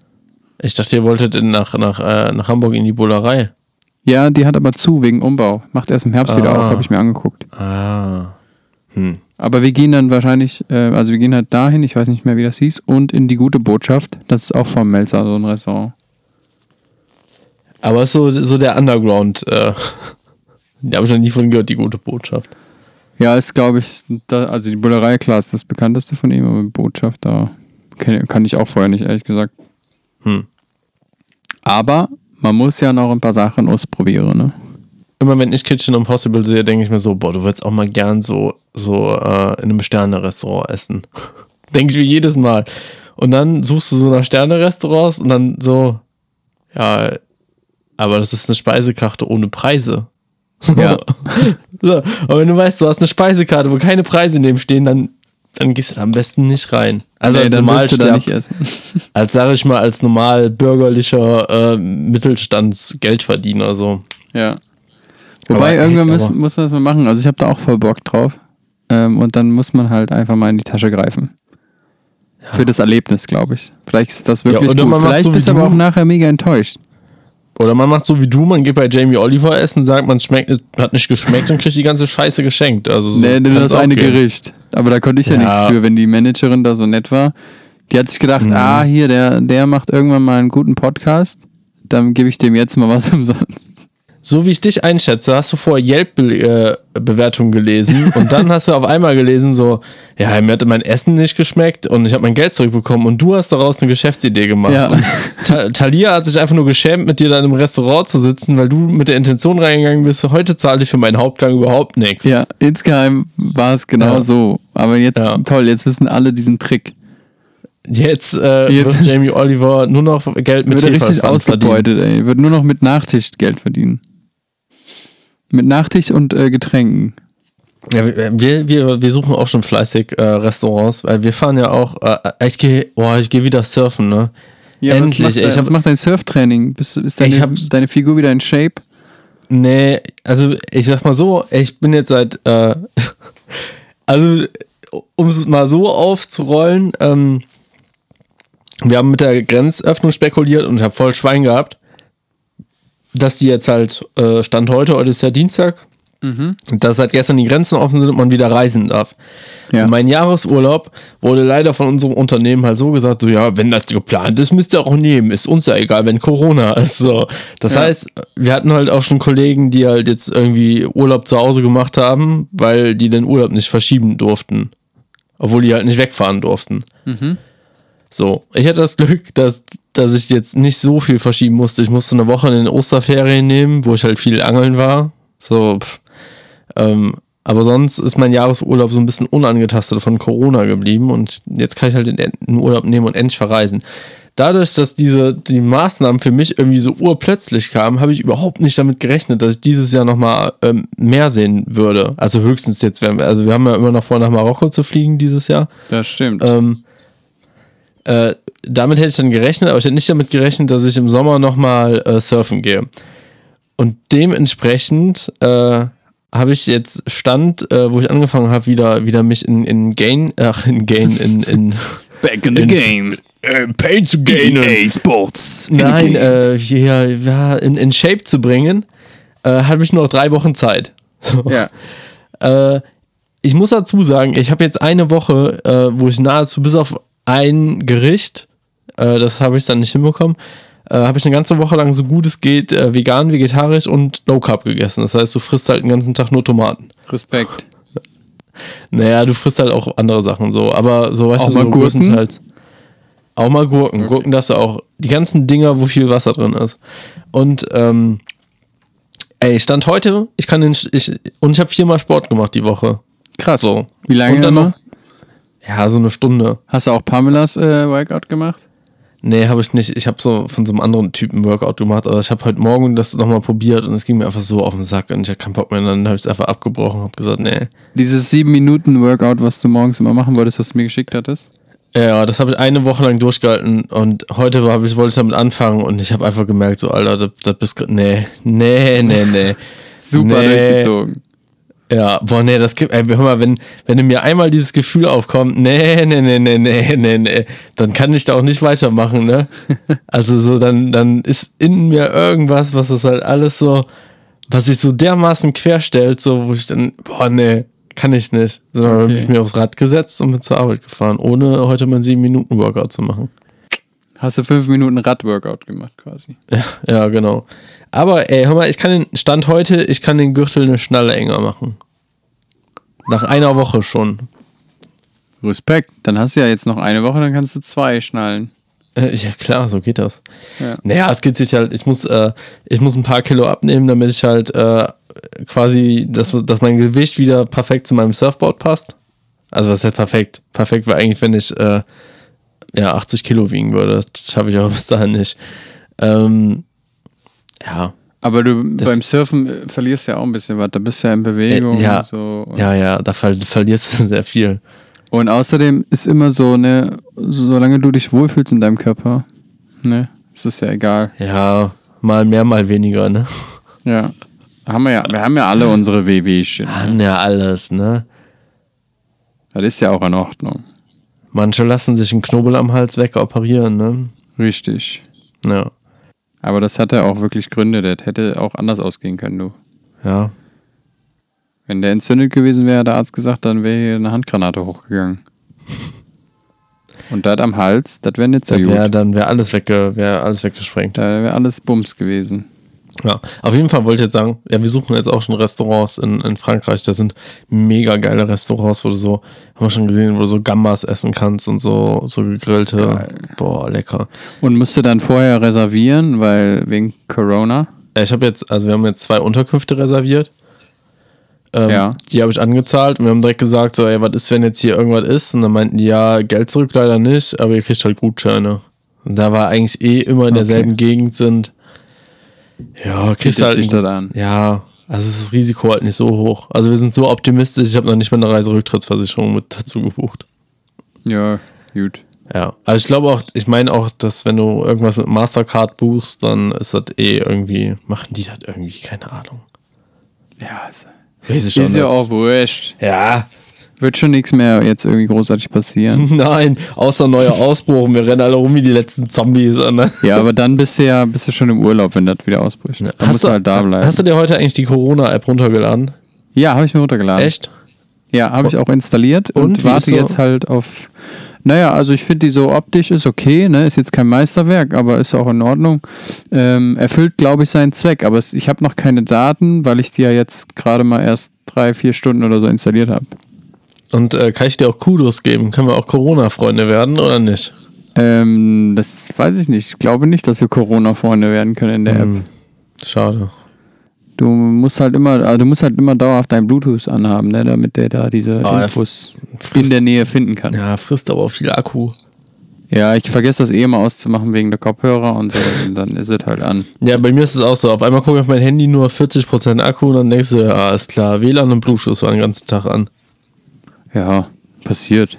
S3: Ich dachte, ihr wolltet in, nach, nach, äh, nach Hamburg in die Bullerei.
S2: Ja, die hat aber zu wegen Umbau. Macht erst im Herbst wieder
S3: Ah.
S2: auf, habe ich mir angeguckt.
S3: Ah. Hm.
S2: Aber wir gehen dann wahrscheinlich, äh, also wir gehen halt dahin, ich weiß nicht mehr, wie das hieß, und in die gute Botschaft. Das ist auch vom Melzer, so ein Restaurant.
S3: Aber ist so, so der Underground. Äh, da habe ich noch nie von gehört, die gute Botschaft.
S2: Ja, ist, glaube ich, da, also die Bullerei, klar, ist das bekannteste von ihm, aber Botschaft, da kann, kann ich auch vorher nicht, ehrlich gesagt.
S3: Hm.
S2: Aber man muss ja noch ein paar Sachen ausprobieren, ne?
S3: Immer wenn ich Kitchen Impossible sehe, denke ich mir so, boah, du würdest auch mal gern so, so äh, in einem Sterne-Restaurant essen. denke ich mir jedes Mal. Und dann suchst du so nach Sterne-Restaurants und dann so, ja, aber das ist eine Speisekarte ohne Preise.
S2: Ja.
S3: So, aber wenn du weißt, du hast eine Speisekarte, wo keine Preise nebenstehen, dann, dann gehst du da am besten nicht rein. Also
S2: nee,
S3: als,
S2: dann willst du da
S3: Normalsterb-
S2: nicht essen.
S3: als sage ich mal, als normal bürgerlicher äh, Mittelstandsgeldverdiener so.
S2: ja.
S3: Aber,
S2: Wobei,
S3: ey,
S2: irgendwann
S3: aber-
S2: muss, muss man das mal machen. Also ich habe da auch voll Bock drauf. Ähm, und dann muss man halt einfach mal in die Tasche greifen. Für das Erlebnis, glaube ich. Vielleicht ist das wirklich
S3: oder
S2: gut.
S3: man macht's
S2: Vielleicht
S3: so wie
S2: bist du aber
S3: du.
S2: auch nachher mega enttäuscht.
S3: Oder man macht so wie du, man geht bei Jamie Oliver essen, sagt, man schmeckt, hat nicht geschmeckt und kriegt die ganze Scheiße geschenkt. Also so
S2: nee, nee,
S3: kann's
S2: das
S3: auch
S2: eine
S3: gehen.
S2: Gericht. Aber da konnte ich ja,
S3: Ja.
S2: nichts für, wenn die Managerin da so nett war. Die hat sich gedacht,
S3: Mhm.
S2: ah, hier, der, der macht irgendwann mal einen guten Podcast. Dann gebe ich dem jetzt mal was umsonst.
S3: so wie ich dich einschätze, hast du vorher Yelp-Bewertungen gelesen und dann hast du auf einmal gelesen, so, ja, mir hat mein Essen nicht geschmeckt und ich habe mein Geld zurückbekommen und du hast daraus eine Geschäftsidee gemacht.
S2: Ja.
S3: Und Ta Talia hat sich einfach nur geschämt, mit dir dann im Restaurant zu sitzen, weil du mit der Intention reingegangen bist, heute zahle ich für meinen Hauptgang überhaupt nichts.
S2: Ja, insgeheim war es genau
S3: Ja.
S2: so. Aber jetzt,
S3: Ja.
S2: toll, jetzt wissen alle diesen Trick.
S3: Jetzt, äh,
S2: Jetzt-
S3: wird Jamie Oliver nur noch Geld mit
S2: Wird er richtig
S3: Hefe verdienen.
S2: ausgebeutet, ey. Wird nur noch mit Nachtisch Geld verdienen. Mit Nachtisch und äh, Getränken.
S3: Ja, wir, wir, wir suchen auch schon fleißig äh, Restaurants, weil wir fahren ja auch, äh, ich gehe oh, ich geh wieder surfen, ne?
S2: was
S3: Endlich,
S2: macht
S3: ey,
S2: dein-
S3: ich hab-
S2: was macht dein Surftraining? Bist, du- ist deine,
S3: Ich hab-
S2: deine Figur wieder in Shape?
S3: Nee, also ich sag mal so, ich bin jetzt seit, äh, also um es mal so aufzurollen, ähm, wir haben mit der Grenzöffnung spekuliert und ich habe voll Schwein gehabt, dass die jetzt halt, äh, Stand heute, heute ist ja Dienstag, dass seit gestern die Grenzen offen sind und man wieder reisen darf.
S2: Ja.
S3: Und mein Jahresurlaub wurde leider von unserem Unternehmen halt so gesagt, so ja, wenn das geplant ist, müsst ihr auch nehmen. Ist uns ja egal, wenn Corona ist. So. Das
S2: Ja.
S3: heißt, wir hatten halt auch schon Kollegen, die halt jetzt irgendwie Urlaub zu Hause gemacht haben, weil die den Urlaub nicht verschieben durften. Obwohl die halt nicht wegfahren durften.
S2: Mhm.
S3: So, ich hatte das Glück, dass, dass ich jetzt nicht so viel verschieben musste. Ich musste eine Woche in den Osterferien nehmen, wo ich halt viel angeln war. So, pff. Ähm, aber sonst ist mein Jahresurlaub so ein bisschen unangetastet von Corona geblieben und jetzt kann ich halt den, den Urlaub nehmen und endlich verreisen. Dadurch, dass diese die Maßnahmen für mich irgendwie so urplötzlich kamen, habe ich überhaupt nicht damit gerechnet, dass ich dieses Jahr nochmal ähm, mehr sehen würde. Also höchstens jetzt, wenn wir, also wir haben ja immer noch vor, nach Marokko zu fliegen dieses Jahr.
S2: Das stimmt.
S3: Ähm, äh, damit hätte ich dann gerechnet, aber ich hätte nicht damit gerechnet, dass ich im Sommer nochmal äh, surfen gehe. Und dementsprechend äh, habe ich jetzt Stand, äh, wo ich angefangen habe, wieder, wieder mich in, in Gain, ach, in Gain, in, in
S2: Back in the
S3: in-
S2: game. E
S3: Pain zu
S2: Sports.
S3: Nein, äh, hier, ja, in, in Shape zu bringen, äh, hatte ich nur noch drei Wochen Zeit. So.
S2: ja.
S3: Äh, ich muss dazu sagen, ich habe jetzt eine Woche, äh, wo ich nahezu bis auf ein Gericht, äh, das habe ich dann nicht hinbekommen, äh, habe ich eine ganze Woche lang so gut es geht äh, vegan, vegetarisch und Low Carb gegessen. Das heißt, du frisst halt den ganzen Tag nur Tomaten.
S2: Respekt.
S3: Naja, du frisst halt auch andere Sachen so, aber so weißt
S2: Auch
S3: du,
S2: mal
S3: so
S2: Gurken?
S3: größtenteils. Auch mal Gurken. Gurken darfst du auch. Die ganzen Dinger, wo viel Wasser drin ist. Und ähm, ey, Stand heute, ich kann den, ich, und ich habe viermal Sport gemacht die Woche.
S2: Krass.
S3: So.
S2: Wie lange
S3: Und dann
S2: immer?
S3: noch? Ja, so eine Stunde.
S2: Hast du auch Pamelas äh, Workout gemacht?
S3: Nee, habe ich nicht. Ich habe so von so einem anderen Typen Workout gemacht, aber ich habe heute Morgen das nochmal probiert und es ging mir einfach so auf den Sack und ich hatte keinen Bock mehr. Und dann habe ich es einfach abgebrochen und habe gesagt, nee.
S2: Dieses 7-Minuten-Workout, was du morgens immer machen wolltest, was du mir geschickt hattest?
S3: Ja, das habe ich eine Woche lang durchgehalten und heute war, hab ich, wollte ich damit anfangen und ich habe einfach gemerkt, so, Alter, das, das bist. gr- Nee, nee, nee, nee.
S2: Super
S3: Nee.
S2: durchgezogen.
S3: Ja, boah, nee, das gibt, ey, hör mal, wenn, wenn in mir einmal dieses Gefühl aufkommt, nee, nee, nee, nee, nee, nee, nee, dann kann ich da auch nicht weitermachen, ne? Also so, dann, dann ist in mir irgendwas, was das halt alles so, was sich so dermaßen querstellt, so, wo ich dann, boah, nee, kann ich nicht. Sondern dann
S2: Okay.
S3: bin ich mir aufs Rad gesetzt und bin zur Arbeit gefahren, ohne heute mein 7-Minuten-Workout zu machen.
S2: Hast du 5 Minuten Rad-Workout gemacht quasi.
S3: Ja, genau. Aber, ey, hör mal, ich kann den, Stand heute, ich kann den Gürtel eine Schnalle enger machen. Nach einer Woche schon.
S2: Respekt. Dann hast du ja jetzt noch eine Woche, dann kannst du zwei schnallen.
S3: Äh, Ja, klar, so geht das.
S2: Ja.
S3: Naja, es geht sich halt, ich muss, äh, ich muss ein paar Kilo abnehmen, damit ich halt äh, quasi, dass, dass mein Gewicht wieder perfekt zu meinem Surfboard passt. Also was ist perfekt? Perfekt wäre eigentlich, wenn ich äh, ja, 80 Kilo wiegen würde. Das schaffe ich aber bis dahin nicht. Ähm, ja,
S2: Aber du
S3: Das-
S2: beim Surfen äh, verlierst ja auch ein bisschen was. Da bist du ja in Bewegung.
S3: Äh, ja.
S2: und so. Und,
S3: ja, ja, da ver verlierst du sehr viel.
S2: und außerdem ist immer so, ne, solange du dich wohlfühlst in deinem Körper, ne, ist es ja egal.
S3: Ja, mal mehr, mal weniger, ne?
S2: Ja. Haben wir ja, wir haben ja alle unsere WWchen.
S3: Haben ja alles, ne?
S2: Das ist ja auch in Ordnung.
S3: Manche lassen sich einen Knobel am Hals wegoperieren, ne?
S2: Richtig.
S3: Ja.
S2: Aber das hatte auch wirklich Gründe. Das hätte auch anders ausgehen können, du.
S3: Ja,
S2: Wenn der entzündet gewesen wäre, hat der Arzt gesagt, dann wäre hier eine Handgranate hochgegangen. Und das am Hals, das wäre nicht so
S3: dann wäre
S2: gut.
S3: dann wär alles, wegge, wär alles weggesprengt.
S2: Da wäre alles Bums gewesen.
S3: Ja, auf jeden Fall wollte ich jetzt sagen, ja, wir suchen jetzt auch schon Restaurants in, in Frankreich. Da sind mega geile Restaurants, wo du so, haben wir schon gesehen, wo du so Gambas essen kannst und so, so gegrillte. Boah, lecker.
S2: Und müsste dann vorher reservieren, weil wegen Corona.
S3: Ja, Ich habe jetzt, also wir haben jetzt zwei Unterkünfte reserviert. Ähm,
S2: Ja.
S3: Die habe ich angezahlt und wir haben direkt gesagt, so, ey, was ist, wenn jetzt hier irgendwas ist? Und dann meinten die, ja, Geld zurück leider nicht, aber ihr kriegt halt Gutscheine. Und da wir eigentlich eh immer in derselben Gegend sind, ja, kriegst
S2: Bietet
S3: halt.
S2: sich das an.
S3: Ja, also ist das Risiko halt nicht so hoch. Also wir sind so optimistisch, ich habe noch nicht mal eine Reiserücktrittsversicherung mit dazu gebucht.
S2: Ja, gut.
S3: Ja, also ich glaube auch, ich meine auch, dass wenn du irgendwas mit Mastercard buchst, dann ist das eh irgendwie, machen die das irgendwie, keine Ahnung.
S2: Ja, ist,
S3: Weiß ich auch
S2: ist
S3: nicht.
S2: ja auch wurscht.
S3: Ja,
S2: Wird schon nichts mehr jetzt irgendwie großartig passieren.
S3: nein, außer neuer Ausbruch. Wir rennen alle rum wie die letzten Zombies. Ne?
S2: ja, aber dann bist du ja bist du schon im Urlaub, wenn das wieder ausbricht. Dann musst du halt da bleiben.
S3: Hast du dir heute eigentlich die Corona-App runtergeladen?
S2: ja, habe ich mir runtergeladen.
S3: Echt?
S2: Ja, habe ich auch installiert und,
S3: Und, wie
S2: warte
S3: ist so-
S2: jetzt halt auf. Naja, also ich finde die so optisch ist okay, ne? Ist jetzt kein Meisterwerk, aber ist auch in Ordnung. Ähm, erfüllt, glaube ich, seinen Zweck. Aber es, ich habe noch keine Daten, weil ich die ja jetzt gerade mal erst drei, vier Stunden oder so installiert habe.
S3: Und äh, kann ich dir auch Kudos geben? Können wir auch Corona-Freunde werden oder nicht?
S2: Ähm, das weiß ich nicht. Ich glaube nicht, dass wir Corona-Freunde werden können in der App.
S3: Hm, Schade.
S2: Du musst halt immer, also du musst halt immer dauerhaft dein Bluetooth anhaben, ne? Damit der da diese
S3: Ah,
S2: Infos in der Nähe finden kann.
S3: Ja, frisst aber auch viel Akku.
S2: Ja, ich vergesse das eh immer auszumachen wegen der Kopfhörer und so. Und dann ist es halt an.
S3: Ja, bei mir ist es auch so. Auf einmal gucke ich auf mein Handy nur 40% Akku und dann denkst du, ja, ist klar, WLAN und Bluetooth waren den ganzen Tag an.
S2: Ja, passiert.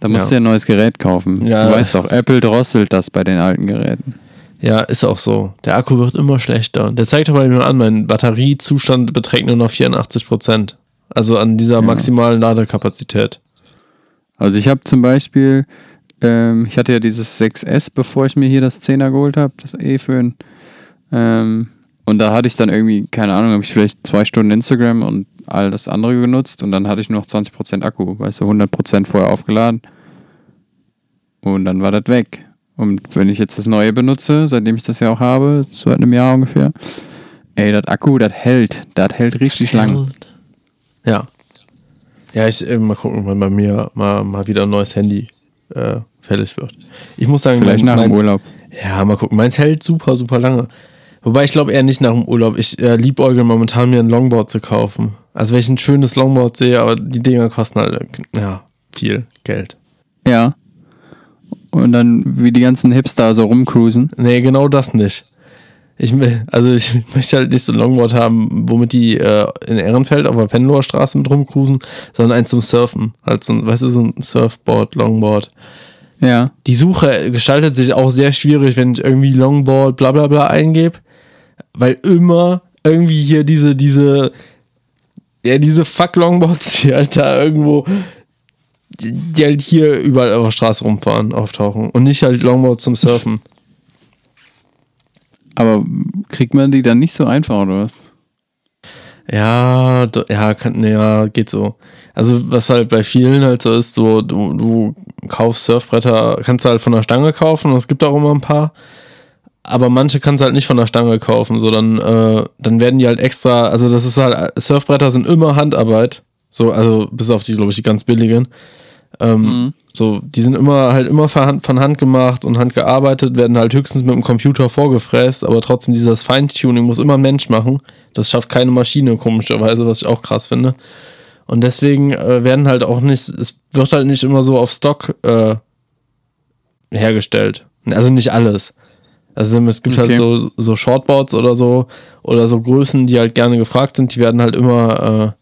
S2: Da musst
S3: Ja.
S2: du ja ein neues Gerät kaufen.
S3: Ja.
S2: Du weißt doch, Apple drosselt das bei den alten Geräten.
S3: Ja, ist auch so. Der Akku wird immer schlechter. Der zeigt aber mir an, mein Batteriezustand beträgt nur noch 84%. Also an dieser maximalen Ladekapazität.
S2: Also ich habe zum Beispiel, ähm, ich hatte ja dieses 6S, bevor ich mir hier das 10er geholt habe, das E für ein. Ähm, und da hatte ich dann irgendwie, keine Ahnung, habe ich vielleicht zwei Stunden Instagram und all das andere genutzt und dann hatte ich nur noch 20% Akku, weißt du, 100% vorher aufgeladen. Und dann war das weg. Und wenn ich jetzt das neue benutze, seitdem ich das ja auch habe, seit einem Jahr ungefähr, ey, das Akku, das hält. Das hält richtig lang.
S3: Ja. Ja, ich äh, mal gucken, wann bei mir mal, mal wieder ein neues Handy äh, fällig wird. Ich muss sagen,
S2: Vielleicht
S3: mein-
S2: nach dem
S3: mein-
S2: Urlaub.
S3: Ja, mal gucken. Meins hält super, super lange. Wobei ich glaube eher nicht nach dem Urlaub. Ich äh, liebäugel momentan mir ein Longboard zu kaufen. Also wenn ich ein schönes Longboard sehe, aber die Dinger kosten halt äh, ja, viel Geld.
S2: Ja. Und dann wie die ganzen Hipster so rumcruisen.
S3: Nee, genau das nicht. Ich, mö- also ich möchte halt nicht so ein Longboard haben, womit die äh, in Ehrenfeld auf der Venloer Straße mit rumcruisen, sondern eins zum Surfen. Halt so ein, weißt du, so ein Surfboard, Longboard.
S2: Ja.
S3: die Suche gestaltet sich auch sehr schwierig, wenn ich irgendwie Longboard bla bla bla eingebe, weil immer irgendwie hier diese, diese, ja, diese fuck Longboards, die halt da irgendwo, die, die halt hier überall auf der Straße rumfahren, auftauchen und nicht halt Longboards zum Surfen.
S2: Aber kriegt man die dann nicht so einfach, oder was?
S3: Ja, do- ja, kann, nee, ja, geht so. Also, was halt bei vielen halt so ist, so, du, du kaufst Surfbretter, kannst du halt von der Stange kaufen und es gibt auch immer ein paar. Aber manche kannst du halt nicht von der Stange kaufen, so dann, äh, dann werden die halt extra, also das ist halt, Surfbretter sind immer Handarbeit. So, also bis auf die, glaube ich, die ganz billigen. Ähm, So, die sind immer halt immer von Hand, von Hand gemacht und Hand gearbeitet, werden halt höchstens mit dem Computer vorgefräst, aber trotzdem dieses Feintuning muss immer ein Mensch machen. Das schafft keine Maschine, komischerweise, was ich auch krass finde. Und deswegen äh, werden halt auch nicht, es wird halt nicht immer so auf Stock äh, hergestellt. Also nicht alles. Also es gibt
S2: Okay.
S3: halt so, so Shortboards oder so oder so Größen, die halt gerne gefragt sind, die werden halt immer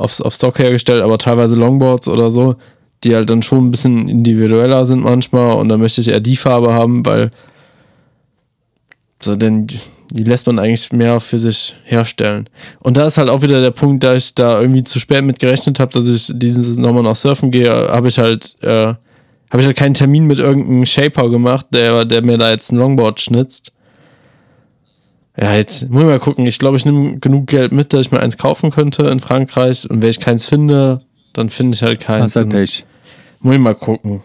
S3: äh, auf, auf Stock hergestellt, aber teilweise Longboards oder so, die halt dann schon ein bisschen individueller sind manchmal und dann möchte ich eher die Farbe haben, weil so, denn die lässt man eigentlich mehr für sich herstellen. Und da ist halt auch wieder der Punkt, da ich da irgendwie zu spät mit gerechnet habe, dass ich dieses nochmal noch surfen gehe, habe ich halt, äh, habe ich halt keinen Termin mit irgendeinem Shaper gemacht, der, der mir da jetzt ein Longboard schnitzt. Ja, jetzt muss ich mal gucken. Ich glaube, ich nehme genug Geld mit, dass ich mir eins kaufen könnte in Frankreich. Und wenn ich keins finde, dann finde ich halt keins.
S2: Hast halt
S3: Dann
S2: Pech.
S3: muss ich mal gucken.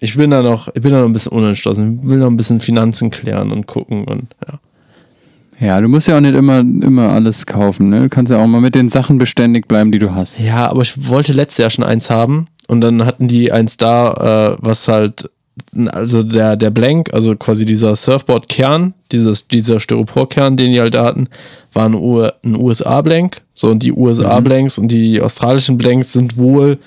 S3: Ich bin da noch, ich bin da noch ein bisschen unentschlossen. Ich will noch ein bisschen Finanzen klären und gucken und ja.
S2: Ja, du musst ja auch nicht immer, immer alles kaufen, ne? Du kannst ja auch mal mit den Sachen beständig bleiben, die du hast.
S3: Ja, aber ich wollte letztes Jahr schon eins haben und dann hatten die eins da, äh, was halt, also der, der Blank, also quasi dieser Surfboard-Kern, dieses, dieser Styropor-Kern, den die halt da hatten, war ein, U- ein USA-Blank. So, und die USA-Blanks und die australischen Blanks sind wohl,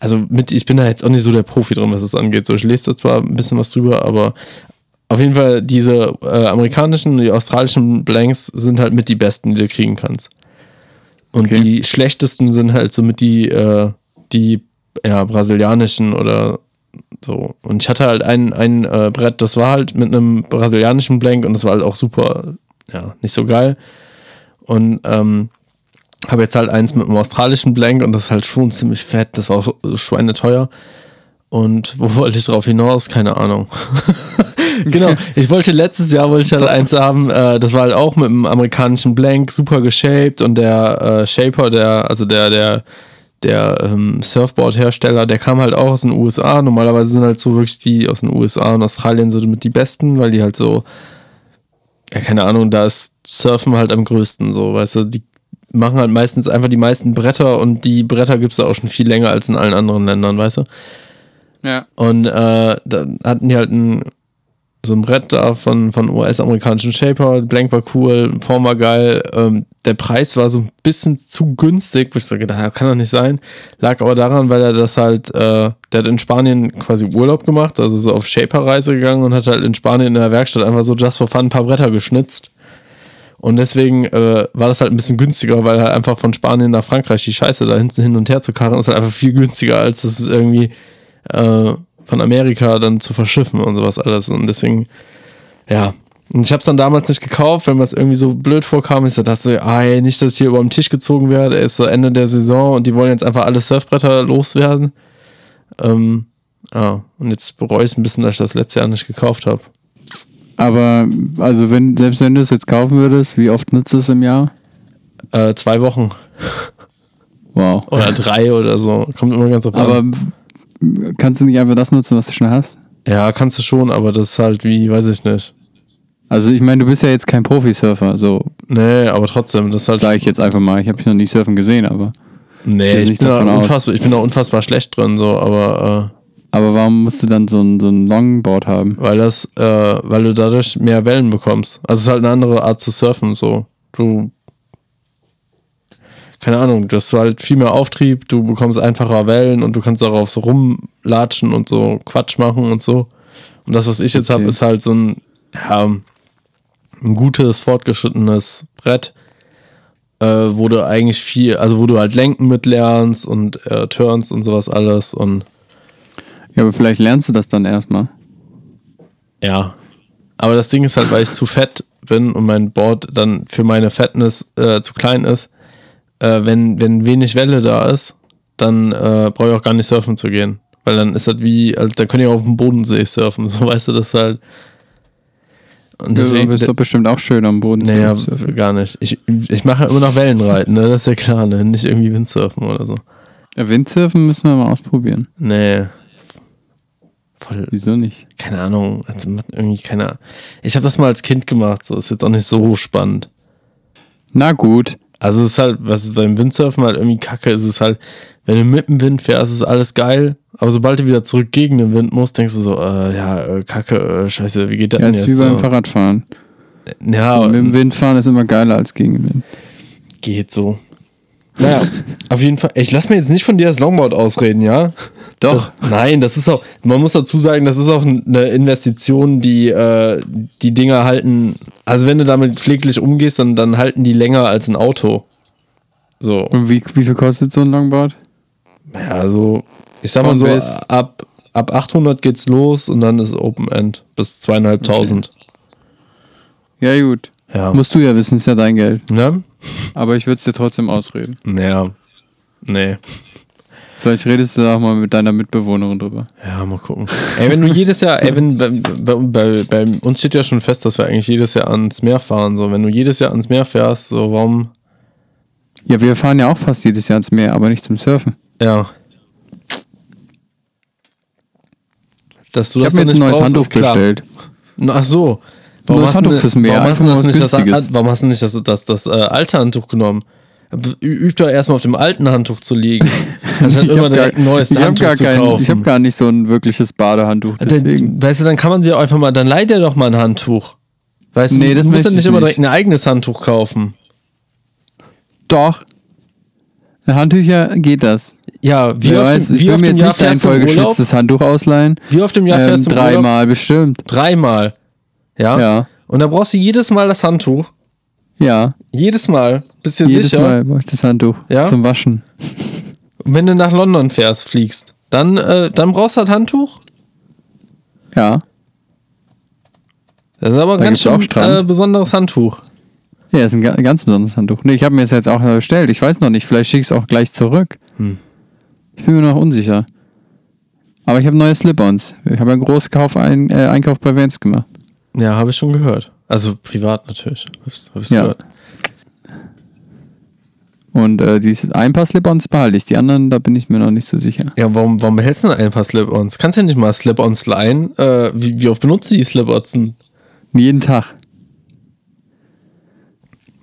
S3: also mit, ich bin da jetzt auch nicht so der Profi drin, was das angeht. So, ich lese da zwar ein bisschen was drüber, aber auf jeden Fall, diese äh, amerikanischen und die australischen Blanks sind halt mit die besten, die du kriegen kannst. Und
S2: Okay.
S3: die schlechtesten sind halt somit die, äh, die ja, brasilianischen oder so. Und ich hatte halt ein, ein äh, Brett, das war halt mit einem brasilianischen Blank und das war halt auch super, ja, nicht so geil. Und ähm, habe jetzt halt eins mit einem australischen Blank und das ist halt schon ziemlich fett. Das war auch schweineteuer. Und wo wollte ich drauf hinaus? Keine Ahnung. genau, ich wollte letztes Jahr wollte ich halt eins haben, äh, das war halt auch mit einem amerikanischen Blank, super geshaped und der äh, Shaper, der, also der, der, der ähm, Surfboard-Hersteller, der kam halt auch aus den USA. Normalerweise sind halt so wirklich die aus den USA und Australien so mit die besten, weil die halt so, ja, keine Ahnung, da ist Surfen halt am größten, so, weißt du, die machen halt meistens einfach die meisten Bretter und die Bretter gibt es da auch schon viel länger als in allen anderen Ländern, weißt du?
S2: Ja.
S3: Und äh, da hatten die halt ein, so ein Brett da von, von US-amerikanischen Shaper. Blank war cool, Form war geil. Ähm, der Preis war so ein bisschen zu günstig, wo ich so gedacht hab, kann doch nicht sein. Lag aber daran, weil er das halt, äh, der hat in Spanien quasi Urlaub gemacht, also so auf Shaper-Reise gegangen und hat halt in Spanien in der Werkstatt einfach so just for fun ein paar Bretter geschnitzt. Und deswegen äh, war das halt ein bisschen günstiger, weil halt einfach von Spanien nach Frankreich die Scheiße da hinten hin und her zu karren, ist halt einfach viel günstiger, als das ist irgendwie äh, von Amerika dann zu verschiffen und sowas alles. Und deswegen, ja. Und ich habe es dann damals nicht gekauft, wenn mir das irgendwie so blöd vorkam. Ich so dachte so, ey, nicht, dass ich hier über den Tisch gezogen werde. Es ist so Ende der Saison und die wollen jetzt einfach alle Surfbretter loswerden. Ähm, ja. Und jetzt bereue ich es ein bisschen, dass ich das letzte Jahr nicht gekauft habe.
S2: Aber, also, wenn, selbst wenn du es jetzt kaufen würdest, wie oft nutzt du es im Jahr?
S3: Äh, zwei Wochen
S2: Wow.
S3: oder drei oder so. Kommt immer ganz auf an.
S2: Aber w- kannst du nicht einfach das nutzen, was du schon hast?
S3: Ja, kannst du schon, aber das ist halt wie, weiß ich nicht.
S2: Also, ich meine, du bist ja jetzt kein Profisurfer, so
S3: Nee, aber trotzdem, das ist halt.
S2: sage ich jetzt einfach mal. Ich habe dich noch nie surfen gesehen, aber.
S3: nee,
S2: gehe
S3: ich
S2: nicht
S3: bin, da
S2: davon aus.
S3: unfassbar, ich bin da unfassbar schlecht drin, so, aber
S2: Aber warum musst du dann so ein, so ein Longboard haben?
S3: äh, weil das, äh, weil du dadurch mehr Wellen bekommst. Also es ist halt eine andere Art zu surfen, so. Du. Keine Ahnung, du hast halt viel mehr Auftrieb, du bekommst einfacher Wellen und du kannst darauf so rumlatschen und so Quatsch machen und so. Und das, was ich jetzt hab,
S2: Okay.
S3: habe, ist halt so ein, ja, ein gutes, fortgeschrittenes Brett. äh, wo du eigentlich viel, also wo du halt Lenken mitlernst und äh, Turns und sowas alles und
S2: Ja, aber vielleicht lernst du das dann erstmal.
S3: ja. Aber das Ding ist halt, weil ich zu fett bin und mein Board dann für meine Fatness äh, zu klein ist, äh, wenn, wenn wenig Welle da ist, dann äh, brauche ich auch gar nicht surfen zu gehen. Weil dann ist halt wie, also, dann könnt ihr auch auf dem Bodensee surfen, so weißt du das halt. Und
S2: Deswegen
S3: deswegen,
S2: bist doch bestimmt auch schön am Boden. zu
S3: naja,
S2: surfen.
S3: gar nicht. Ich, ich mache ja immer noch Wellenreiten, ne? das ist ja klar, ne? nicht irgendwie Windsurfen oder so.
S2: Ja, Windsurfen müssen wir mal ausprobieren.
S3: Nee. Voll,
S2: Wieso nicht?
S3: keine Ahnung. Also macht irgendwie keiner. Ich habe das mal als Kind gemacht, so ist jetzt auch nicht so spannend.
S2: Na gut.
S3: Also es ist halt, was beim Windsurfen halt irgendwie kacke ist, ist halt, wenn du mit dem Wind fährst, ist alles geil. Aber sobald du wieder zurück gegen den Wind musst, denkst du so, äh, ja, äh, kacke, äh, scheiße, wie geht das
S2: Ja,
S3: denn
S2: ist
S3: jetzt?
S2: wie beim
S3: so? ähm,
S2: Fahrradfahren.
S3: Ja,
S2: Mit dem Wind fahren ist immer geiler als gegen den Wind.
S3: geht so. Naja, auf jeden Fall. Ich lass mir jetzt nicht von dir das Longboard ausreden, ja?
S2: Doch.
S3: Das, nein, das ist auch, man muss dazu sagen, das ist auch eine Investition, die äh, die Dinger halten, also wenn du damit pfleglich umgehst, dann, dann halten die länger als ein Auto. So,
S2: Und wie, wie viel kostet so ein Longboard?
S3: ja, also ich sag mal
S2: Von
S3: so,
S2: bis?
S3: ab, ab 800 geht's los und dann ist Open End bis zweieinhalbtausend.
S2: Ja, gut.
S3: Ja.
S2: Musst du ja wissen, ist ja dein Geld.
S3: Ne?
S2: Aber ich würde es dir trotzdem ausreden.
S3: Ja. Nee.
S2: Vielleicht redest du da auch mal mit deiner Mitbewohnerin drüber.
S3: Ja, mal gucken. Ey, wenn du jedes Jahr, ey, wenn, bei, bei, bei, bei uns steht ja schon fest, dass wir eigentlich jedes Jahr ans Meer fahren. So, wenn du jedes Jahr ans Meer fährst, so warum?
S2: Ja, wir fahren ja auch fast jedes Jahr ins Meer, aber nicht zum Surfen.
S3: Ja. Dass du
S2: Ich
S3: das
S2: habe mir
S3: noch
S2: jetzt ein
S3: nicht
S2: neues
S3: brauchst,
S2: Handtuch
S3: ist klar.
S2: bestellt.
S3: Na, Ach so. Warum
S2: neues
S3: hast
S2: Handtuch
S3: du-
S2: fürs Meer.
S3: Warum hast du
S2: Einfach
S3: das
S2: was
S3: nicht das,
S2: Günstiges.
S3: warum hast du nicht das, das, das äh, alte Handtuch genommen? Ü- Üb doch erstmal auf dem alten Handtuch zu liegen. Anstatt immer
S2: hab
S3: direkt ein neues
S2: ich hab
S3: Handtuch
S2: gar
S3: zu
S2: kein,
S3: kaufen.
S2: Ich habe gar nicht so ein wirkliches Badehandtuch. Deswegen.
S3: Dann, weißt du, dann kann man sie auch einfach mal, dann leih dir doch mal ein Handtuch. Weißt
S2: Nee,
S3: du,
S2: das
S3: du musst
S2: möchte
S3: ja nicht
S2: ich
S3: immer
S2: nicht.
S3: direkt ein eigenes Handtuch kaufen.
S2: Doch. Handtücher geht das.
S3: Ja, wie
S2: Wer
S3: oft,
S2: weiß,
S3: im-
S2: ich
S3: wie
S2: will
S3: oft
S2: mir
S3: im
S2: jetzt
S3: Jahr
S2: nicht ein
S3: fährst du im Urlaub?
S2: vollgeschwitztes Handtuch ausleihen.
S3: Wie oft im Jahr
S2: Ähm,
S3: fährst du im Urlaub? Ah.
S2: dreimal bestimmt.
S3: Dreimal. Ja?
S2: Ja.
S3: Und dann brauchst du jedes Mal das Handtuch.
S2: Ja.
S3: Jedes Mal. Bist du dir
S2: Jedes
S3: sicher?
S2: Mal brauche ich das Handtuch
S3: Ja?
S2: zum Waschen.
S3: Und Wenn du nach London fährst, fliegst, dann, äh, dann brauchst du das Handtuch.
S2: Ja.
S3: Das ist aber ganz
S2: gibt's auch
S3: schön
S2: Strand.
S3: äh, besonderes Handtuch.
S2: Ja, ist ein ga- ganz besonderes Handtuch. Nee, ich habe mir das jetzt auch bestellt. Ich weiß noch nicht, vielleicht schicke ich es auch gleich zurück.
S3: Hm.
S2: Ich bin mir noch unsicher. Aber ich habe neue Slip-Ons. Ich habe einen Großkauf, ein, äh, Einkauf bei Vans gemacht.
S3: Ja, habe ich schon gehört. Also privat natürlich. Hab's, hab's
S2: Ja.
S3: gehört.
S2: Und äh, dieses, ein paar Slip-Ons behalte ich. Die anderen, da bin ich mir noch nicht so sicher.
S3: Ja, warum, warum behältst du denn ein paar Slip-Ons? Kannst du ja nicht mal Slip-Ons leihen. Äh, wie, wie oft benutzt du die Slip-Ons? denn?
S2: Jeden Tag.